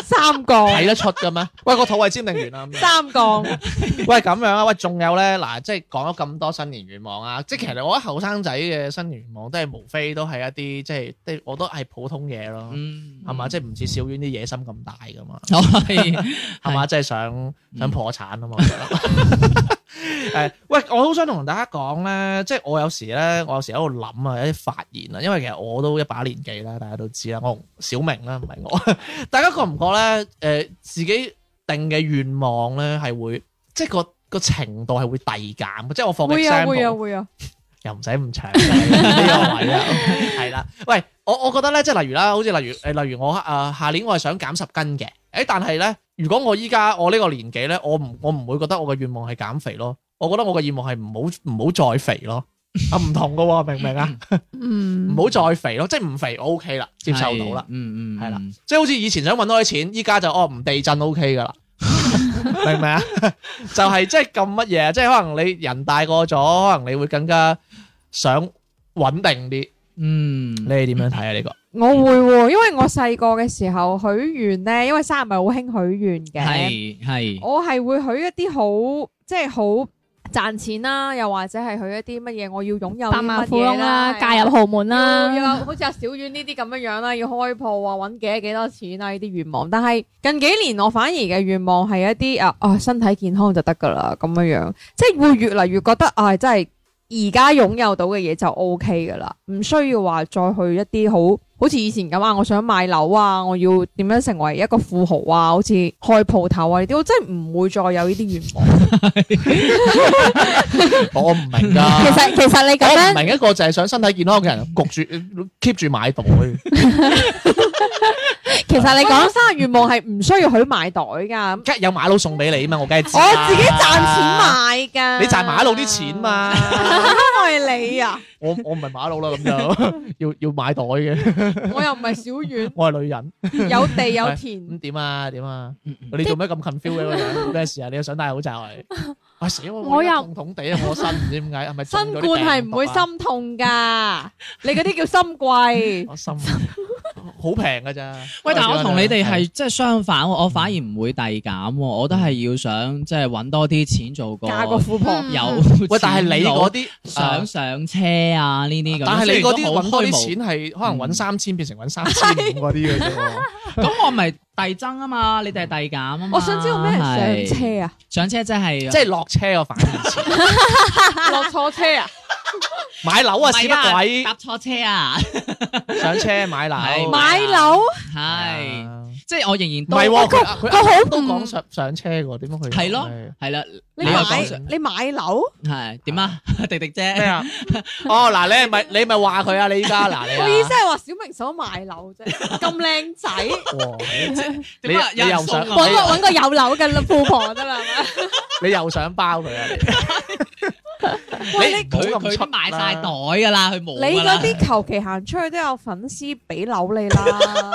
Speaker 5: 三個
Speaker 1: 睇得出嘅咩？哦喂，個肚係尖定圓啊？咁樣
Speaker 5: 三個，
Speaker 1: 喂，咁樣啊？喂，仲有咧嗱，即係講咗咁多新年願望啊，即係其實我覺得後生仔嘅新年願望都係無非都係一啲即係即係我都係普通嘢咯，
Speaker 2: 嗯
Speaker 1: 係嘛？即係唔似小丸啲野心咁大噶嘛，
Speaker 2: 我哦係
Speaker 1: 係嘛？即係想
Speaker 5: 嗯
Speaker 1: 想破產啊嘛。我覺得 誒，喂，我好想同大家講咧，即係我有時咧，我有時喺度諗啊，有啲發言啊，因為其實我都一把年紀啦，大家都知啦，我小明啦，唔係我。 大家覺唔覺咧？誒、自己定嘅願望咧係會，即係個個程度係會遞減嘅。即係我放嘅
Speaker 5: 會
Speaker 1: e
Speaker 5: 啊會
Speaker 1: x
Speaker 5: 啊會啊，
Speaker 1: 又唔使咁長 呢個位啊，係啦。喂，我我覺得咧，即係例如啦，好似例如誒，例如我啊、下年我係想減十斤嘅，誒，但係咧，如果我依家我呢個年紀咧，我唔我唔會覺得我嘅願望係減肥咯，我覺得我嘅願望係唔好唔好再肥咯。啊，唔同噶喎，明唔明啊？
Speaker 5: 嗯
Speaker 1: 唔好再肥咯，即係唔肥我 OK 啦，接受到啦。
Speaker 2: 嗯嗯，
Speaker 1: 係啦即係好似以前想揾多啲錢，依家就哦唔地震 O K 噶啦，明唔明啊？就係即係咁乜嘢，即係可能你人大個咗，可能你會更加想穩定啲，
Speaker 2: 嗯，
Speaker 1: 你係點樣睇啊？呢個
Speaker 5: 我會喎，因為我細個嘅時候許願咧，因為生日咪好興許願嘅，
Speaker 2: 係係
Speaker 5: 我係會許一啲好即係好賺錢啦，又或者係許一啲乜嘢我要擁有
Speaker 4: 百
Speaker 5: 啲
Speaker 4: 萬
Speaker 5: 乜
Speaker 4: 富
Speaker 5: 嘢
Speaker 4: 翁啦，
Speaker 5: 係啊
Speaker 4: 嫁入豪門
Speaker 5: 要要
Speaker 4: 啦，
Speaker 5: 好似阿小婉呢啲咁樣樣啦，要開鋪啊，揾幾多幾多錢啊，呢啲願望。但係近幾年我反而嘅願望係一啲啊啊身體健康就得噶啦咁樣樣，即係會越嚟越覺得啊真係而家擁有到嘅嘢就 O K 噶啦，唔需要話再去一啲好好似以前咁啊，我想買樓啊，我要點樣成為一個富豪啊，好似開鋪頭啊呢啲，我真係唔會再有呢啲願望。
Speaker 1: 我唔明㗎。
Speaker 4: 其實其實你咁
Speaker 1: 我唔
Speaker 4: 樣，
Speaker 1: 明一個就係想身體健康嘅人焗住 keep 住買袋，
Speaker 4: 其實你
Speaker 5: 你講
Speaker 4: 講。
Speaker 5: 生日願望係唔需要去買袋㗎。
Speaker 1: 梗係有馬佬送俾你啊嘛，我梗係知啦
Speaker 5: 我自己賺錢買噶，
Speaker 1: 你賺馬佬啲錢 嘛
Speaker 5: 因為你啊，
Speaker 1: 我我唔係馬佬啦，咁就 要要買袋嘅，
Speaker 5: 我又唔係小 遠，
Speaker 1: 我係女人，
Speaker 5: 有地有
Speaker 1: 咁
Speaker 5: 田，
Speaker 1: 點啊點啊？
Speaker 2: 嗯嗯
Speaker 1: 你做咩咁 confuse 嘅個樣？咩事啊？你又想戴 口罩嚟？啊死我！
Speaker 4: 我又
Speaker 1: 而家痛痛地啊！我身唔知點解係咪中
Speaker 5: 新
Speaker 1: 咗啲
Speaker 5: 冠係唔會
Speaker 1: 病毒啊
Speaker 5: 心痛噶，你嗰啲叫心貴。
Speaker 1: 我心好平㗎咋？
Speaker 2: 喂，但我同你
Speaker 1: 係
Speaker 2: 哋
Speaker 1: 嗯
Speaker 2: 係即係相反喎，我反而唔會遞減喎，我都係要想即係揾多啲錢做個
Speaker 5: 嫁個富婆，
Speaker 4: 嗯。
Speaker 2: 有
Speaker 1: 喂，但係你嗰啲啊
Speaker 2: 想上車啊呢啲咁，
Speaker 1: 但係你嗰啲揾多啲
Speaker 2: 錢，
Speaker 1: 錢係可
Speaker 2: 嗯
Speaker 1: 能揾三千變成揾三千五嗰啲嘅 啫喎。
Speaker 2: 啊咁我咪遞增啊嘛，你哋係遞減啊嘛。
Speaker 5: 我想知道咩人上
Speaker 2: 係？
Speaker 5: 車啊，
Speaker 2: 上車即係
Speaker 1: 即係落車個反而錢，
Speaker 5: 落錯車啊，
Speaker 1: 買樓啊屎
Speaker 2: 係啊
Speaker 1: 乜
Speaker 2: 搭錯車啊，
Speaker 1: 鬼， 上車買樓
Speaker 2: 係
Speaker 5: 買樓
Speaker 2: 係
Speaker 1: 啊
Speaker 2: 即係我仍然
Speaker 1: 唔
Speaker 2: 都
Speaker 1: 係喎，佢佢
Speaker 5: 佢好
Speaker 1: 都
Speaker 5: 唔
Speaker 1: 講上上車喎，點樣去
Speaker 2: 係咯
Speaker 1: 咩
Speaker 2: 係啦，
Speaker 5: 你
Speaker 2: 你又
Speaker 5: 買
Speaker 2: 講上
Speaker 5: 你買樓，
Speaker 2: 係點啊？迪迪姐
Speaker 1: 咩啊？ 哦嗱，你係咪你係咪話佢啊？你依家嗱你啊
Speaker 5: 我意思係話小明想買樓啫，咁靚仔，
Speaker 1: 哇你
Speaker 2: 點啊
Speaker 1: 你
Speaker 2: 有
Speaker 1: 又
Speaker 2: 人
Speaker 1: 想
Speaker 2: 送
Speaker 5: 揾個
Speaker 2: 我
Speaker 5: 揾個有樓嘅富婆得啦，係咪？
Speaker 1: 你又想包佢啊？你
Speaker 5: 喂
Speaker 1: 你唔好
Speaker 2: 佢
Speaker 1: 咁
Speaker 2: 佢
Speaker 1: 出
Speaker 2: 都賣晒
Speaker 1: 啦
Speaker 2: 袋㗎啦，佢冇
Speaker 5: 你
Speaker 2: 㗎
Speaker 5: 嗰
Speaker 2: 啦。
Speaker 5: 啲求其行出去都有粉絲俾樓你啦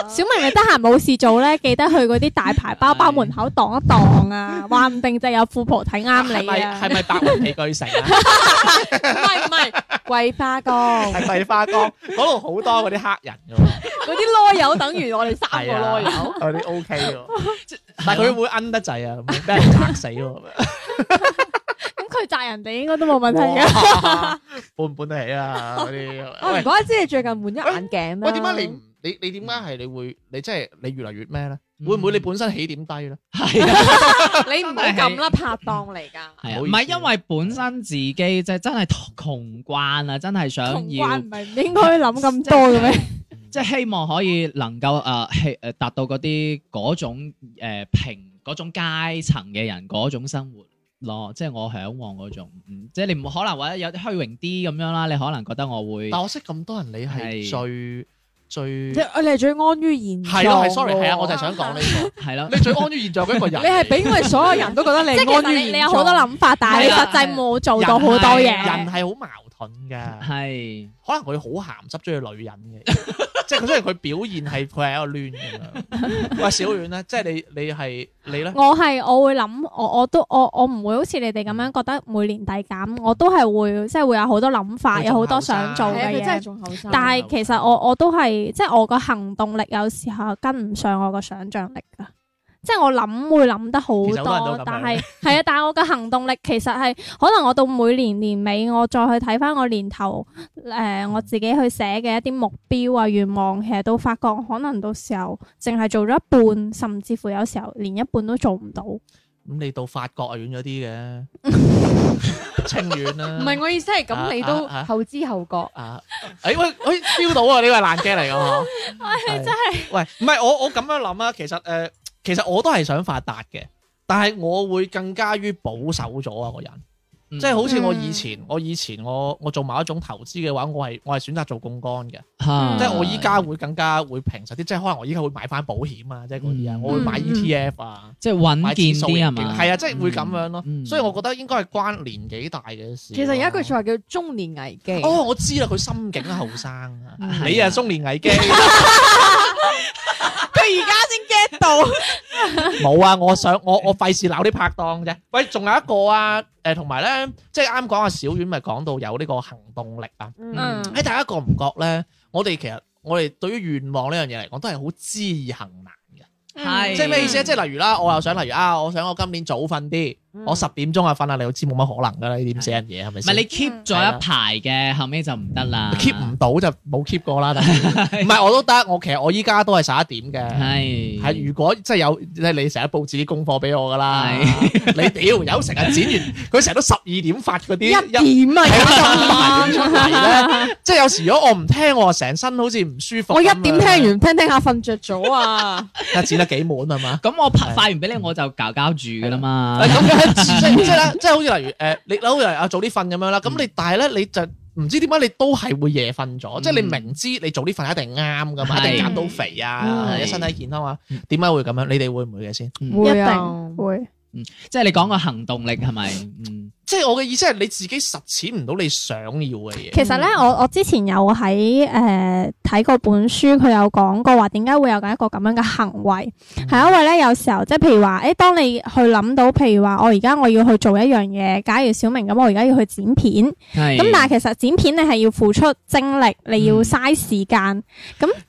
Speaker 4: 小明你得閒冇事做咧，記得去嗰啲大牌包包門口蕩一蕩啊，話唔定就有富婆睇啱
Speaker 1: 係
Speaker 4: 你
Speaker 1: 咪
Speaker 4: 啊！
Speaker 1: 係咪白雲皮具城 啊？
Speaker 5: 唔係唔係， 桂花糕嗰
Speaker 1: 係桂花崗嗰度好多嗰啲黑人㗎喎。
Speaker 5: 啲啰柚等於我哋三個啰柚。
Speaker 1: 啊，有啲 OK 喎， 但係佢會奀得滯啊，咁樣俾人砸死喎。
Speaker 4: 咁佢責人哋應該都冇問題嘅。
Speaker 1: 哇搬唔搬得起啊？嗰啲
Speaker 5: 我唔
Speaker 1: 喂
Speaker 5: 怪得知你最近換咗眼鏡啦。
Speaker 1: 喂，點解你唔你你點解係你會你即係你越嚟越咩咧？
Speaker 2: 嗯
Speaker 1: 會唔會你本身起點低咧？
Speaker 2: 係啊，
Speaker 5: 你唔好咁啦，拍檔嚟㗎。
Speaker 2: 係
Speaker 1: 唔
Speaker 2: 啊，
Speaker 1: 好
Speaker 2: 唔
Speaker 1: 意思
Speaker 2: 係因為本身自己即係真係 窮慣啦，真係想
Speaker 4: 同
Speaker 2: 要
Speaker 4: 關唔係唔應該諗咁多嘅咩？
Speaker 2: 即係希望可以能夠誒希誒達到嗰啲嗰種、呃、平嗰種階層嘅人嗰種生活咯，即係我向往嗰種，嗯即係你唔可能或者有啲虛榮啲咁樣啦，你可能覺得我會
Speaker 1: 但我識咁多人，你係
Speaker 2: 係
Speaker 1: 最最
Speaker 5: 你你係最安於現狀
Speaker 1: 係咯，係 sorry，係啊，我就係
Speaker 5: 係
Speaker 1: 想講呢
Speaker 2: 係啦
Speaker 1: 個，，你最安於現狀嘅一個人嚟。
Speaker 5: 你係俾因為所有人都覺 得你
Speaker 4: 即係其
Speaker 5: 安
Speaker 4: 實
Speaker 5: 於
Speaker 4: 你
Speaker 5: 現狀。
Speaker 4: 你有好多諗法，但係你
Speaker 2: 係啊
Speaker 4: 實際冇做到好
Speaker 1: 人
Speaker 4: 多
Speaker 2: 係
Speaker 4: 嘢
Speaker 5: 啊
Speaker 1: 人。係好矛盾㗎。
Speaker 2: 係
Speaker 1: 可能佢好鹹濕中意女人嘅， 即係佢雖然佢表現係佢係一個攣咁 樣。喂，小遠咧，即係你你係你咧，
Speaker 4: 我係我會諗，我我都我我唔會好似你哋咁樣覺得每年遞減，我都係會即係會有好多諗法，
Speaker 1: 你
Speaker 4: 有好多
Speaker 1: 仲後生
Speaker 4: 想做
Speaker 5: 係
Speaker 4: 嘅
Speaker 5: 啊，佢真係
Speaker 4: 嘢。
Speaker 5: 仲後生。
Speaker 4: 但
Speaker 1: 啊
Speaker 4: 係其實我我都係即係我個行動力有時候跟唔上我個想像力噶，即係我諗會諗得好
Speaker 1: 其實好多人
Speaker 4: 多
Speaker 1: 都，咁樣
Speaker 4: 但係係啊，但係我嘅行動力其實係可能我到每年年尾我再去睇翻我年頭誒、呃我自己去寫嘅一啲目標啊願望，其實都發覺我可能到時候淨係做咗一半，甚至乎有時候連一半都做唔到。
Speaker 1: 咁你到法國啊遠咗 啲嘅，清啊遠啦。
Speaker 5: 唔係我意思係咁，你都
Speaker 1: 啊啊啊
Speaker 5: 後知後覺。
Speaker 1: 啊！哎喂，哎 feel 到啊！呢個係爛 機嚟㗎，係真係。喂，唔係我我咁樣諗啊，其實誒、呃其實我都係想發達嘅，但係我會更加於保守咗啊個人。
Speaker 2: 嗯
Speaker 1: 即係好似
Speaker 5: 嗯
Speaker 1: 我以前，我以前我我做某一種投資嘅話，我係我係選擇做槓桿嘅。
Speaker 2: 好
Speaker 4: 嗯
Speaker 1: 即係我依家會更加會平實啲，即係可能我依家會買翻保險啊，即係嗰啲啊，
Speaker 2: 嗯
Speaker 1: 我會買
Speaker 4: 嗯
Speaker 1: ETF 啊，
Speaker 2: 即係穩
Speaker 1: 買
Speaker 2: 健
Speaker 1: 指數
Speaker 2: 啲係嘛？
Speaker 1: 係啊，即係會咁樣咯。
Speaker 2: 嗯
Speaker 1: 所以我覺得應該係關年紀大嘅事。
Speaker 5: 其實有一句説話叫中年危機。
Speaker 1: 哦，我知啦，佢心境後生啊，
Speaker 2: 嗯
Speaker 1: 你啊中年危 機
Speaker 5: 佢而家先 get 到。
Speaker 1: 冇啊！我想我我費事鬧啲拍檔啫。喂，仲有一個啊，誒同埋咧咧，即係啱講阿小丸咪講到有呢個行動力啊。
Speaker 4: 嗯，
Speaker 1: 喺大家覺唔覺咧？我哋其實我哋對於願望呢樣嘢嚟講，都係好知易行難嘅。
Speaker 2: 係
Speaker 1: 即係咩意思啊咧？即係例如啦，我又想例如啊，我想我今年早瞓啲，我十點鐘啊瞓啊，你都知冇乜可能㗎啦，呢點死人嘢係咪
Speaker 2: 唔係
Speaker 1: 先
Speaker 4: 嗯
Speaker 2: 你 keep 咗一排嘅，後尾就唔得啦。
Speaker 1: keep 唔到就冇 keep 過 啦。但係唔係我都得，我其實我依家都係十一點嘅。
Speaker 2: 係
Speaker 1: 係如果即係有即係你成日佈置啲功課俾我㗎啦，你
Speaker 2: 係
Speaker 1: 屌有成日剪 完，佢成日都十二點發嗰啲一
Speaker 5: 一點啊，
Speaker 1: 係
Speaker 5: 而
Speaker 1: 一
Speaker 5: 家
Speaker 1: 出嚟咧，即係有時如果我唔聽，我成身好似唔舒服咁樣。
Speaker 5: 我一點聽完，聽聽下瞓着咗啊！
Speaker 1: 完，剪得幾滿係嘛？
Speaker 2: 咁我拍發完俾你，我就搞搞住噶啦嘛
Speaker 1: 誒。咁嘅即係即係咧，即係好似例如誒，你好似例如啊早啲瞓咁樣啦，咁你但係咧你就唔知點解你都係會夜瞓咗，即係你明知你早啲瞓係一定啱噶嘛，一定減到肥啊，
Speaker 2: 係
Speaker 1: 或者身體健康啊，點解會咁樣？你哋會唔會嘅先？
Speaker 2: 嗯
Speaker 4: 一
Speaker 5: 會啊
Speaker 4: 定會。
Speaker 2: 即係你講個行動力係咪？嗯，
Speaker 1: 即係我嘅意思係你自己實踐唔到你想要嘅嘢。
Speaker 4: 其實咧，我我之前有喺誒睇過本書，佢有講過話點解會有一個咁樣嘅行為，嗯係因為咧有時候即係譬如話，誒、當你去諗到譬如話，哦我而家我要去做一樣嘢，假如小明咁，我而家要去剪片，咁
Speaker 2: 係。
Speaker 4: 但係其實剪片你係要付出精力，你要
Speaker 2: 嗯，
Speaker 4: 嘥時 間，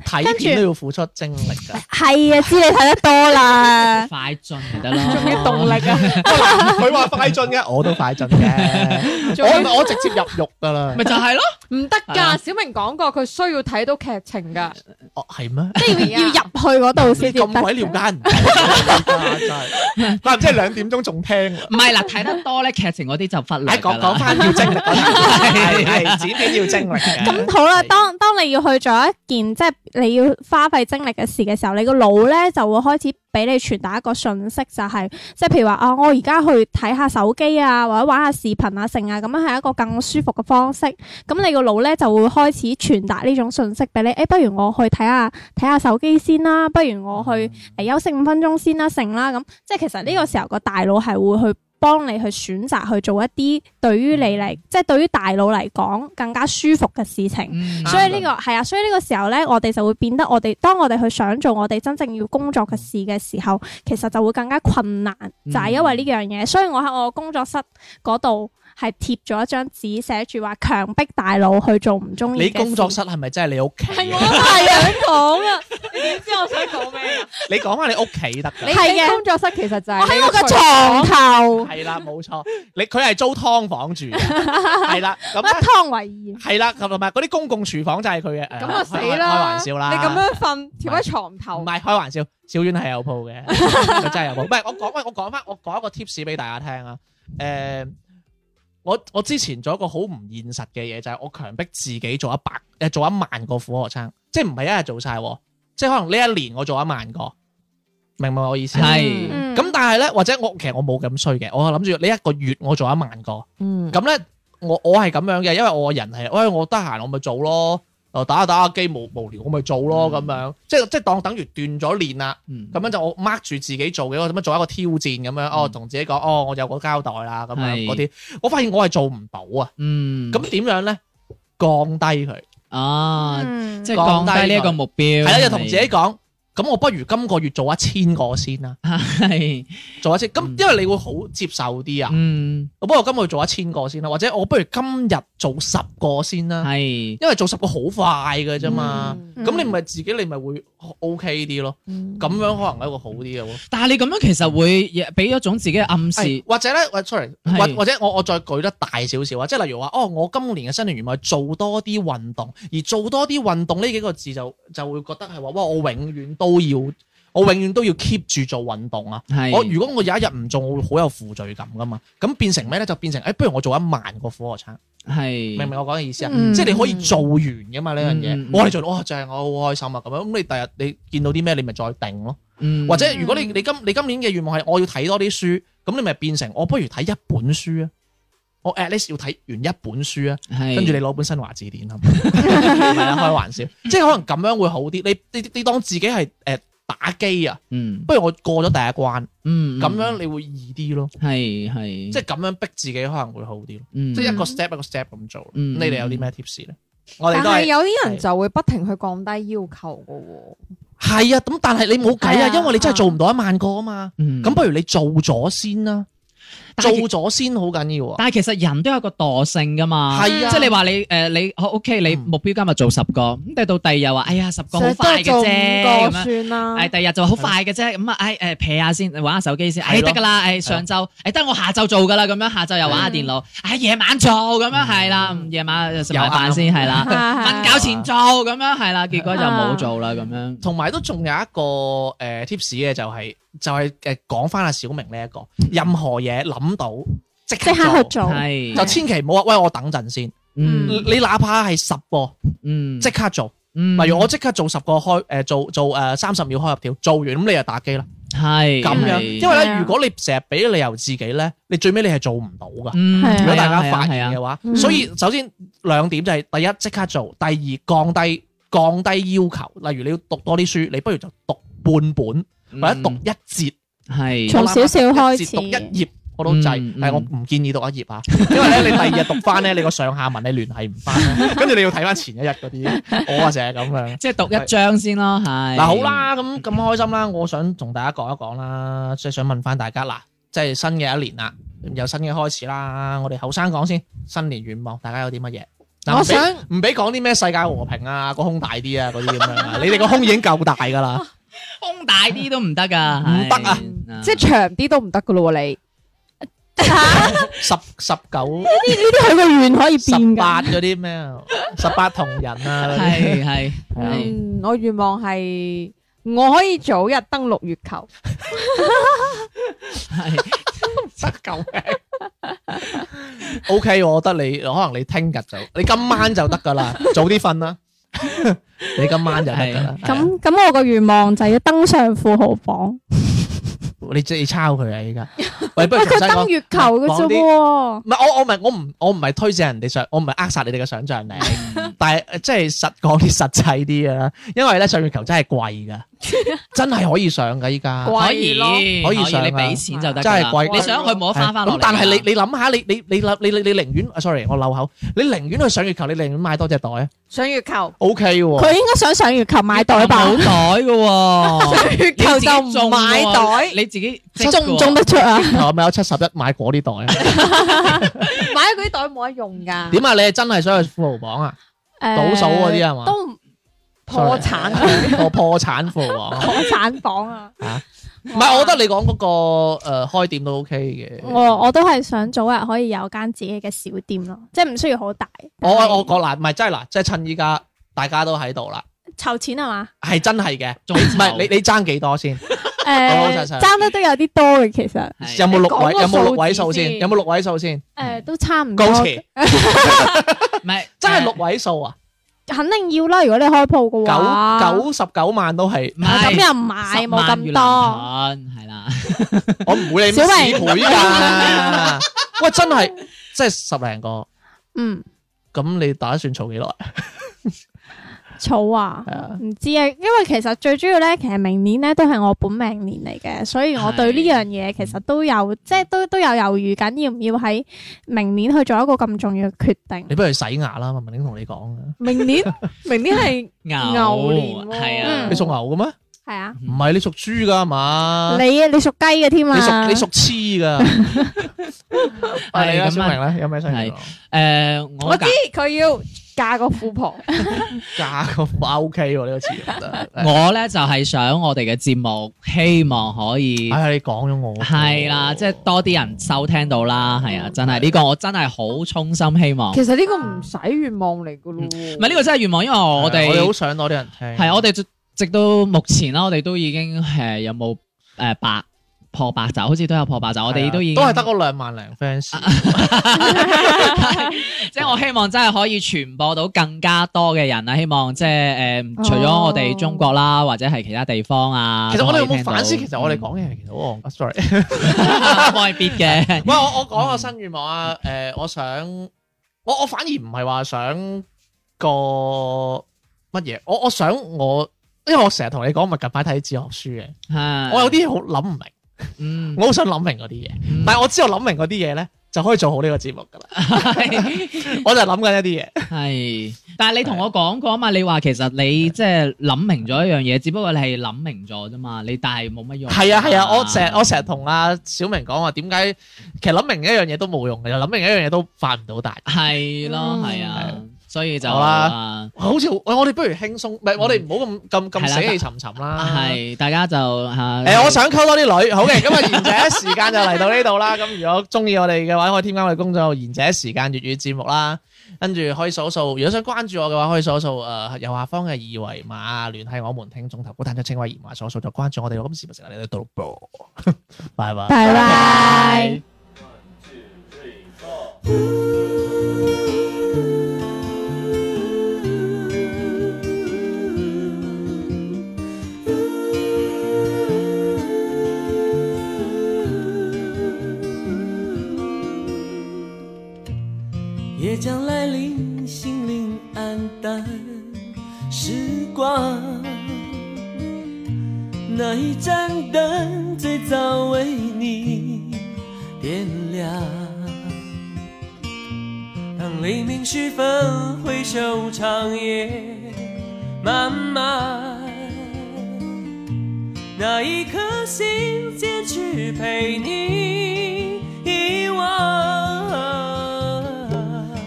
Speaker 1: 睇片都要付出精力㗎。
Speaker 4: 係啊，知你睇得多啦
Speaker 2: 快進就得啦。
Speaker 5: 仲有動力啊！
Speaker 1: 佢話快進嘅， 我都快進嘅，
Speaker 5: 仲有
Speaker 1: 我我直接入獄㗎啦。
Speaker 2: 咪就係咯。
Speaker 5: 唔得
Speaker 2: 係啊
Speaker 5: 㗎，小明講過佢需要睇到劇情㗎，
Speaker 1: 哦，係咩？
Speaker 4: 即係要要入去嗰度先至得。
Speaker 1: 咁鬼了 解人，真係，但係即係兩點鐘仲聽喎。
Speaker 2: 唔係啦，睇得多咧，劇情嗰啲就忽略
Speaker 1: 唉，
Speaker 2: 㗎
Speaker 1: 哎講
Speaker 2: 啦
Speaker 1: 講。翻要精力嗰啲，係係剪片要精力嘅。
Speaker 4: 咁好啦，
Speaker 1: 係
Speaker 4: 當當你要去做一件即係你要花費精力嘅事嘅時候，你個腦咧就會開始俾你傳達一個訊息，就係、即係譬如話啊，我而家去睇下手機啊，或者玩下視頻啊，成啊，咁樣係一個更舒服嘅方式。咁你個腦咧就會開始傳達呢種訊息俾你，誒、不如我去睇下睇下手機先啦，不如我去誒、
Speaker 1: 嗯
Speaker 4: 休息五分鐘先啦，成啦，咁即係其實呢個時候個大腦係會去。幫你去選擇去做一啲對於你嚟，
Speaker 1: 嗯
Speaker 4: 即係對於大腦嚟講更加舒服嘅事情。
Speaker 2: 嗯
Speaker 4: 所以呢、個係啊，所以呢個時候咧，我哋就會變得我哋當我哋去想做我哋真正要工作嘅事嘅時候，其實就會更加困難，
Speaker 2: 嗯
Speaker 4: 就係因為呢樣嘢。所以我喺我工作室嗰度係貼咗一張紙，寫住話強迫大腦去做唔中意嘅
Speaker 1: 你
Speaker 4: 事
Speaker 1: 工作室係咪真係你屋企
Speaker 5: 係我
Speaker 1: 啊？
Speaker 5: 都係想講啊！你點知我想講咩啊？
Speaker 1: 你講翻你屋企得㗎。
Speaker 5: 你
Speaker 4: 係嘅
Speaker 5: 嘅工作室其實就係
Speaker 4: 我喺我
Speaker 5: 個
Speaker 4: 嘅床頭，
Speaker 1: 係啦，冇錯。你佢係租劏房住嘅， 係啦。咁
Speaker 4: 乜
Speaker 1: 咧
Speaker 4: 湯為鹽。
Speaker 1: 係啦，咁同埋嗰啲公共廚房就係佢嘅。誒
Speaker 5: 咁啊死
Speaker 1: 開
Speaker 5: 啦！
Speaker 1: 開玩笑啦，
Speaker 5: 你咁樣瞓，跳喺床頭
Speaker 1: 唔，係開玩笑，小丸係有鋪嘅，佢真係有鋪。唔係我講，喂我講翻，我講一個 tips 俾大家聽啊。誒、我我之前做一個好唔現實嘅嘢，就係、我強迫自己做一百誒做一萬個俯卧撐，即係唔係一日做晒喎，即係可能呢一年我做一萬個，明唔明我意思啊？
Speaker 2: 係
Speaker 4: 嗯
Speaker 1: 咁但係咧，或者我其實我冇咁衰嘅，我諗住呢一個月我做一萬個，
Speaker 5: 嗯，
Speaker 1: 咁咧，我我係咁樣嘅，因為我個人係，喂，我得閒我咪做咯，誒打下打下機無無聊我咪做咯咁樣，即係即係當等於斷咗練啦，
Speaker 2: 嗯
Speaker 1: 咁樣就我 mark 住自己做嘅，我咁樣做一個挑戰咁樣，哦同自己講，哦我有個交代啦咁樣
Speaker 2: 係
Speaker 1: 嗰啲，我發現我係做唔到啊，
Speaker 2: 嗯
Speaker 1: 咁點樣咧？降低佢，
Speaker 2: 啊，
Speaker 4: 嗯
Speaker 2: 即係降低呢一個目
Speaker 1: 係
Speaker 2: 標。
Speaker 1: 啦，就同自己講，咁我不如今個月做一千個先啦，
Speaker 2: 係
Speaker 1: 做一千，咁
Speaker 2: 嗯
Speaker 1: 因為你會好接受啲啊，
Speaker 2: 嗯
Speaker 1: 我不如今個月做一千個先啦，或者我不如今日做十個先啦。
Speaker 2: 係
Speaker 1: 因為做十個好快嘅啫嘛，
Speaker 4: 嗯
Speaker 1: 咁、你啊咪自己你咪會 OK 啲咯，
Speaker 5: 嗯
Speaker 1: 咁、樣可能係一個好啲嘅喎。哎
Speaker 2: 但係你咁樣其實會俾咗種自己嘅暗示，
Speaker 1: 嗯係或者咧，喂，sorry，
Speaker 2: 係
Speaker 1: 或或者我我再舉得大少少啊，即係例如話，哦，我今年嘅新年願望係做多啲運動，而做多啲運動呢幾個字就就會覺得係話，哇，我永遠都要，我永遠都要 keep 住做運動啊！
Speaker 2: 係
Speaker 1: 我如果我有一日唔做，我會好有負罪感噶嘛。咁變成咩咧？就變成誒、哎不如我做一萬個俯卧撐。
Speaker 2: 係
Speaker 1: 明唔明我講嘅意思啊？
Speaker 4: 嗯
Speaker 1: 即係你可以做完噶嘛呢樣
Speaker 2: 嗯嗯
Speaker 1: 嘢，
Speaker 2: 嗯
Speaker 1: 哇！你做到哇正，我好開心啊咁樣。咁你第日你見到啲咩，你咪再定咯。
Speaker 2: 嗯
Speaker 1: 或者如果你你今你今年嘅願望係我要睇多啲書，咁你咪變成我不如睇一本書啊！我 at least 要睇完一本書啊，
Speaker 2: 係
Speaker 1: 跟住你攞本新華字 典啊，係啊，開玩笑，即係可能咁樣會好啲。你你你當自己係誒打機啊，
Speaker 2: 嗯
Speaker 1: 不如我過咗第一關，
Speaker 2: 嗯
Speaker 1: 咁樣你會易啲咯。
Speaker 2: 係係
Speaker 1: 即係咁樣逼自己可能會好啲咯。
Speaker 2: 嗯
Speaker 1: 即係一個 step 一個 step 咁做。
Speaker 2: 嗯
Speaker 1: 你哋有啲咩 tips 咧？我哋
Speaker 5: 但
Speaker 1: 啊都
Speaker 5: 係
Speaker 1: 係
Speaker 5: 有啲人就會不停去降低要求㗎喎。
Speaker 1: 係啊，咁但係你冇計啊，
Speaker 4: 係啊
Speaker 1: 因為你真係做唔到一萬個啊嘛。
Speaker 2: 嗯
Speaker 1: 咁不如你做咗先啦。
Speaker 2: 但
Speaker 1: 做
Speaker 2: 係
Speaker 1: 咗先好緊要啊！
Speaker 2: 但係其實人都有個惰性噶嘛，
Speaker 1: 係啊
Speaker 2: 即係你話你诶你好 OK，你
Speaker 1: 嗯
Speaker 2: 目標今日做十個，咁但係到第二日話，哎呀十個
Speaker 5: 成
Speaker 2: 好
Speaker 5: 日都
Speaker 2: 快嘅
Speaker 5: 係做
Speaker 2: 啫，
Speaker 5: 五
Speaker 2: 咁
Speaker 5: 個
Speaker 1: 啊
Speaker 2: 樣
Speaker 5: 算啦。
Speaker 2: 誒，第二日就話好快嘅啫，咁啊，誒誒，撇下先，玩下手機先，
Speaker 1: 係咯
Speaker 2: 誒
Speaker 1: 嗯
Speaker 2: 得噶啦，誒上晝，誒得我下晝做噶啦，咁樣下晝又玩下電腦，誒夜晚做咁樣係啦，嗯夜晚食埋飯先係
Speaker 1: 啊
Speaker 2: 啦，瞓覺前做咁樣係啦，結果就冇做啦咁樣，
Speaker 1: 同埋都仲有一個誒 tips 嘅就係就係誒講翻阿小明呢一個，任何嘢諗到即
Speaker 4: 即刻
Speaker 1: 刻
Speaker 4: 去做，
Speaker 1: 做，
Speaker 2: 係，
Speaker 1: 就千祈唔好話喂我等陣先。
Speaker 2: 嗯
Speaker 1: 你哪怕係十個
Speaker 2: 嗯，
Speaker 1: 即刻做，
Speaker 2: 嗯
Speaker 1: 例如我即刻做十個開誒做做誒三十秒開合跳，做完咁你就打機啦。
Speaker 2: 係
Speaker 1: 咁樣，
Speaker 2: 係
Speaker 1: 因為
Speaker 4: 係
Speaker 1: 咧
Speaker 4: 啊
Speaker 1: 如果你成日俾理由自己咧，你最尾你係做唔到噶。
Speaker 2: 嗯，
Speaker 4: 係啊
Speaker 1: 如果
Speaker 2: 係啊
Speaker 1: 大家
Speaker 2: 係啊
Speaker 1: 發
Speaker 2: 係啊
Speaker 1: 現嘅話，
Speaker 4: 嗯
Speaker 1: 所以首先兩點就係第一即刻做，第二降低降低要求。例如你要讀多啲書，你不如就讀半本
Speaker 2: 嗯
Speaker 1: 或者讀一節，
Speaker 2: 係
Speaker 4: 從小小開
Speaker 1: 一節讀
Speaker 4: 始
Speaker 1: 一頁。我都制
Speaker 2: 嗯嗯，
Speaker 1: 但係我唔建議讀一頁啊，因為咧你第二日讀翻咧，你個上下文你聯繫唔翻 咧，跟住你要睇翻前一日嗰啲，我啊成日咁樣。
Speaker 2: 即係讀一章先咯，係
Speaker 1: 嗱好，啦，咁咁開心啦，我想同大家講一講啦，即係想問翻大家嗱，即係新嘅一年啦，有新嘅開始啦，我哋後生講先，新年願望大家有啲乜嘢？嗱嗯
Speaker 5: 我
Speaker 1: 唔俾
Speaker 5: 想
Speaker 1: 唔俾講啲咩世界和平啊，個胸大啲啊嗰啲咁樣啊，你哋個胸已經夠大㗎啦，
Speaker 2: 胸大啲都唔得噶，
Speaker 1: 唔得啊
Speaker 2: 係，
Speaker 5: 即係長啲都唔得噶咯喎，你
Speaker 1: 十十九、
Speaker 4: 佢個願可以
Speaker 1: 十
Speaker 4: 變
Speaker 1: 八
Speaker 4: 噶，
Speaker 1: 嗰啲咩啊，十八同人啊嗰啲，
Speaker 2: 係係
Speaker 1: 係啊
Speaker 2: 係。
Speaker 5: 嗯，我願望係我可以早日登陸月球。
Speaker 2: 係
Speaker 1: 得救命。O K，我覺得你可能你聽日就，你今晚就得㗎啦， 早啲瞓啦。你今晚就得㗎啦。係啊
Speaker 4: 咁咁我個願望就要登上富豪榜，
Speaker 1: 你即係抄佢啊！依 家，喂，不如
Speaker 4: 喂
Speaker 1: 重新
Speaker 4: 佢
Speaker 1: 講
Speaker 4: 登月球嘅
Speaker 1: 講
Speaker 4: 啫
Speaker 1: 啲
Speaker 4: 喎，
Speaker 1: 唔係我我唔係我唔我唔係推薦人哋想，我唔係扼殺你哋嘅想像 力，但係呃即係實講啲實際啲嘅啦。因為咧上月球真係 貴㗎，真係可以上㗎依家。
Speaker 5: 貴
Speaker 2: 可以
Speaker 5: 咯
Speaker 1: 可以上
Speaker 2: 你
Speaker 1: 啊
Speaker 2: 俾錢就得㗎啦，
Speaker 1: 真係貴
Speaker 2: 你想去冇得翻翻落
Speaker 1: 咁
Speaker 2: 嚟。
Speaker 1: 但係你你諗下，你你你諗你你你寧願啊，sorry，我漏口，你寧願去上月球，你寧願買多隻袋啊
Speaker 5: 上月 球，
Speaker 1: ？O K 喎，
Speaker 4: 佢應該想上月球買袋吧
Speaker 2: 冇？袋嘅喎，
Speaker 5: 月球
Speaker 2: 你自己
Speaker 5: 就唔
Speaker 2: 種
Speaker 5: 買
Speaker 2: 喎
Speaker 5: 袋，
Speaker 2: 你自己織
Speaker 4: 中唔
Speaker 2: 喎
Speaker 4: 中得出啊？
Speaker 1: 我咪有七十一買嗰啲 袋啊？
Speaker 5: 買嗰啲袋冇得用㗎，
Speaker 1: 點啊？你係真係想去富豪榜啊？倒數嗰啲係啊嘛
Speaker 4: 誒都唔
Speaker 5: 破產
Speaker 1: 我 破產富豪榜啊。
Speaker 4: 破產榜啊！
Speaker 1: 唔係，我覺得你講嗰、個誒、呃、開店都 OK 嘅。
Speaker 4: 我我都係想早日可以有間自己嘅小店咯，即係唔需要好大。
Speaker 1: 我
Speaker 4: 但係
Speaker 1: 我講嗱，唔係真係嗱，即係趁依家大家都喺度啦，
Speaker 4: 籌錢係嘛？
Speaker 1: 係真係嘅。
Speaker 2: 仲
Speaker 1: 唔係你你爭幾多先？老老
Speaker 4: 誒
Speaker 1: 實實
Speaker 4: 爭得都有啲多嘅，其實
Speaker 2: 係
Speaker 1: 有冇六
Speaker 5: 你講
Speaker 1: 位？
Speaker 5: 個
Speaker 1: 有冇六位
Speaker 5: 數
Speaker 1: 數
Speaker 5: 字先
Speaker 1: 先？有冇六位數先？
Speaker 4: 誒都差唔多
Speaker 1: 嗯高，潮
Speaker 2: 唔係
Speaker 1: 真係六位數啊！
Speaker 4: 肯定要啦。如果你開鋪嘅話，
Speaker 1: 九九十九萬都係，
Speaker 2: 唔
Speaker 4: 咁
Speaker 2: 係
Speaker 4: 又唔買啊冇咁多。
Speaker 2: 多，係啦，
Speaker 1: 我唔會你
Speaker 4: 小
Speaker 1: 市
Speaker 4: 明
Speaker 1: 倍㗎。喂，真係即係十零個，
Speaker 4: 嗯，
Speaker 1: 咁你打算儲幾耐？啊
Speaker 4: 儲啊
Speaker 1: 係啊，
Speaker 4: 唔知啊，因為其實最主要咧，其實明年咧都係我本命年嚟嘅，所以我對呢樣嘢其實都有即係都都有猶豫緊，要唔要喺明年去做一個咁重要嘅決定。
Speaker 1: 你不如洗牙啦，文文玲同你講啊。
Speaker 5: 明年明年係牛年
Speaker 2: 牛
Speaker 5: 喎
Speaker 2: 啊係啊
Speaker 1: 你，屬牛嘅咩？
Speaker 4: 係啊，
Speaker 1: 唔係你屬豬㗎嘛？
Speaker 4: 你啊你屬雞嘅添
Speaker 1: 你
Speaker 4: 啊，
Speaker 1: 屬你屬黐噶，係
Speaker 2: 係
Speaker 1: 啦，
Speaker 2: 咁
Speaker 1: 小明
Speaker 2: 啊，
Speaker 1: 咧有咩想
Speaker 2: 係
Speaker 1: 講？
Speaker 2: 誒
Speaker 5: 我
Speaker 2: 我
Speaker 5: 知佢要嫁個富婆，
Speaker 1: 嫁個哇 OK 喎，呢個詞啊我覺得。
Speaker 2: 我咧就係想我哋嘅節目，希望可以。
Speaker 1: 唉，你講咗我哦
Speaker 2: 係啦，即係多啲人收聽到啦，係啊，真
Speaker 1: 嗯
Speaker 2: 係呢個我真係好衷心希望，
Speaker 5: 其實呢個唔使願望嚟噶咯，
Speaker 2: 唔
Speaker 5: 唔
Speaker 2: 係呢個真係願望，因為
Speaker 1: 係啊
Speaker 2: 我
Speaker 1: 我哋好
Speaker 2: 哋
Speaker 1: 想多啲人聽。
Speaker 2: 係啊我哋直直到目前啦，我哋都已經誒有冇誒百破百集，好似都有破百集，我
Speaker 1: 係
Speaker 2: 哋
Speaker 1: 啊
Speaker 2: 都已經啊
Speaker 1: 都係得嗰兩萬零 fans。
Speaker 2: 即係我希望真係可以傳播到更加多嘅人啦，啊希望即係誒除咗我哋中國啦，或者係其他地方啊，
Speaker 1: 其實我哋有
Speaker 2: 都可
Speaker 1: 冇
Speaker 2: 以聽到
Speaker 1: 反思？其實我哋 講嘢其實好戇。啊 Sorry，
Speaker 2: 嗯我係別嘅，
Speaker 1: 喂，我我講個新願望啊。誒，我想我我反而唔係話想個乜嘢，我我想我，因為我成日同你講，咪近排睇哲學書嘅，
Speaker 2: 係
Speaker 1: 我有啲嘢好諗唔明，
Speaker 2: 嗯
Speaker 1: 我好想諗明嗰啲嘢。
Speaker 2: 嗯
Speaker 1: 但係我知道諗明嗰啲嘢咧，就可以做好呢個節目噶啦。我就係諗緊一啲嘢，
Speaker 2: 系，但系你同我講過啊嘛，你話其實你即係諗明咗一樣嘢，只不過你係諗明咗啫嘛，你但係冇乜 用。
Speaker 1: 係啊係啊，我成日我成日同阿小明講話，點解其實諗明一樣嘢都冇用嘅，諗明一樣嘢都發唔到大。
Speaker 2: 系咯係啊，所以就
Speaker 1: 嗯好啦好似好喂我哋不如輕鬆，唔係我哋唔好咁咁咁
Speaker 2: 係啦
Speaker 1: 死氣沉沉
Speaker 2: 啊
Speaker 1: 啦。
Speaker 2: 係大家就啊吓
Speaker 1: 誒，我想溝多啲女，好嘅，咁啊，賢者時間就嚟到呢度啦。咁如果中意我哋嘅話，可以添加我哋公眾號賢者時間粵語節目啦。跟住可以掃一掃，如果想關注我嘅話，可以掃一掃誒、呃右下方嘅二維碼聯繫我們聽眾投稿，彈出青威賢話所掃就關注我哋喎。咁時不時嚟你哋度播， 拜拜。
Speaker 4: 拜拜。
Speaker 9: 夜将来临，心灵暗淡时光。那一盏灯最早为你点亮。当黎明时分，回首长夜漫漫，那一颗心坚持陪你遗忘，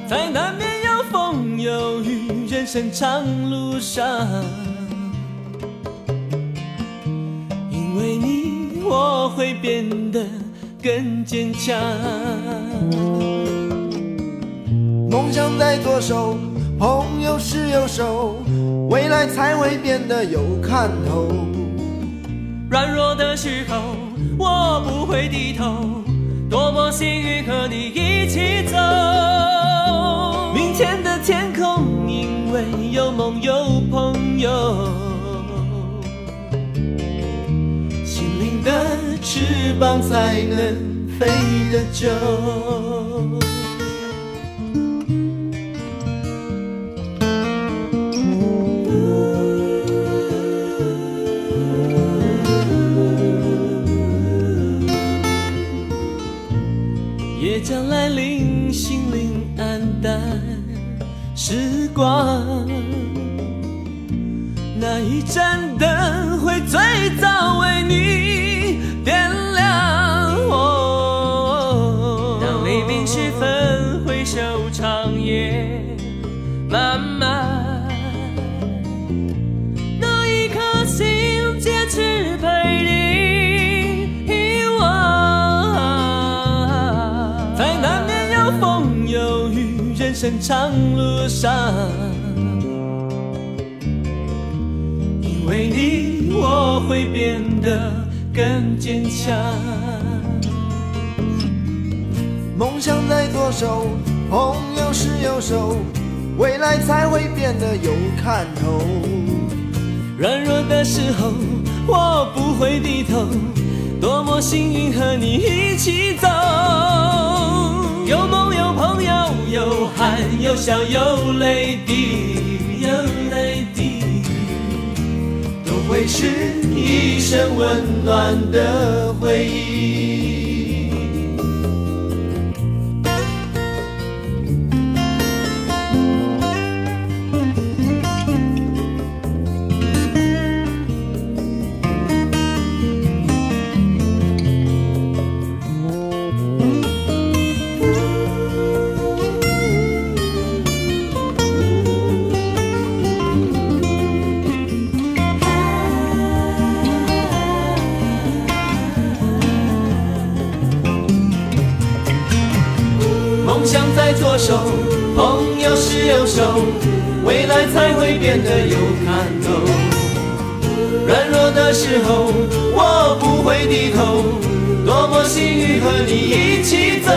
Speaker 9: 在难免有风有雨，人生长路上，因为你，我会变得更坚强。
Speaker 10: 梦想在左手，朋友是右手，未来才会变得有看头。
Speaker 9: 软弱的时候，我不会低头。多么幸运和你一起走。明天的天空，因为有梦有朋友。心灵的
Speaker 10: 翅膀才能飞得久。
Speaker 9: 夜将来临，心灵暗淡时光。那一盏灯会最早为你点亮。哦当黎明时分，回首长夜漫漫，那一颗心坚持陪你遗忘，在难免有风有雨，人生长路上，因为你，我会变得更坚强。
Speaker 10: 梦想在左手，朋友是右手，未来才会变得哦有看头。
Speaker 9: 软弱的时候，我不会低头。多么幸运和你一起走，有梦有朋友，有汗有笑有泪滴，有泪滴，
Speaker 10: 都会是一生温暖的回忆。
Speaker 9: 梦想在左手，朋友是右手，未来才会变得有看头。软弱的时候，我不会低头。多么幸运和你一起走，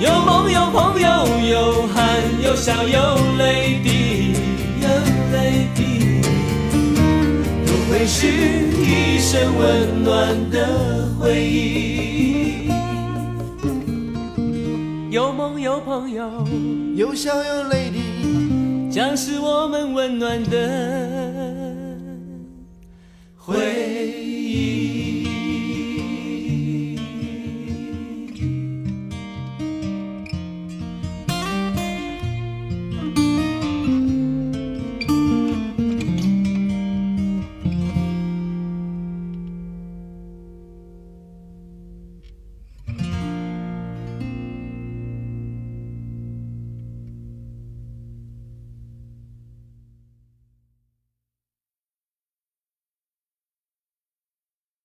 Speaker 9: 有梦有朋友，有汗有笑有泪滴，有泪滴，都会是一生温暖的回忆。有梦有朋友，
Speaker 10: 有笑有泪滴。
Speaker 9: 将是我们温暖的回忆。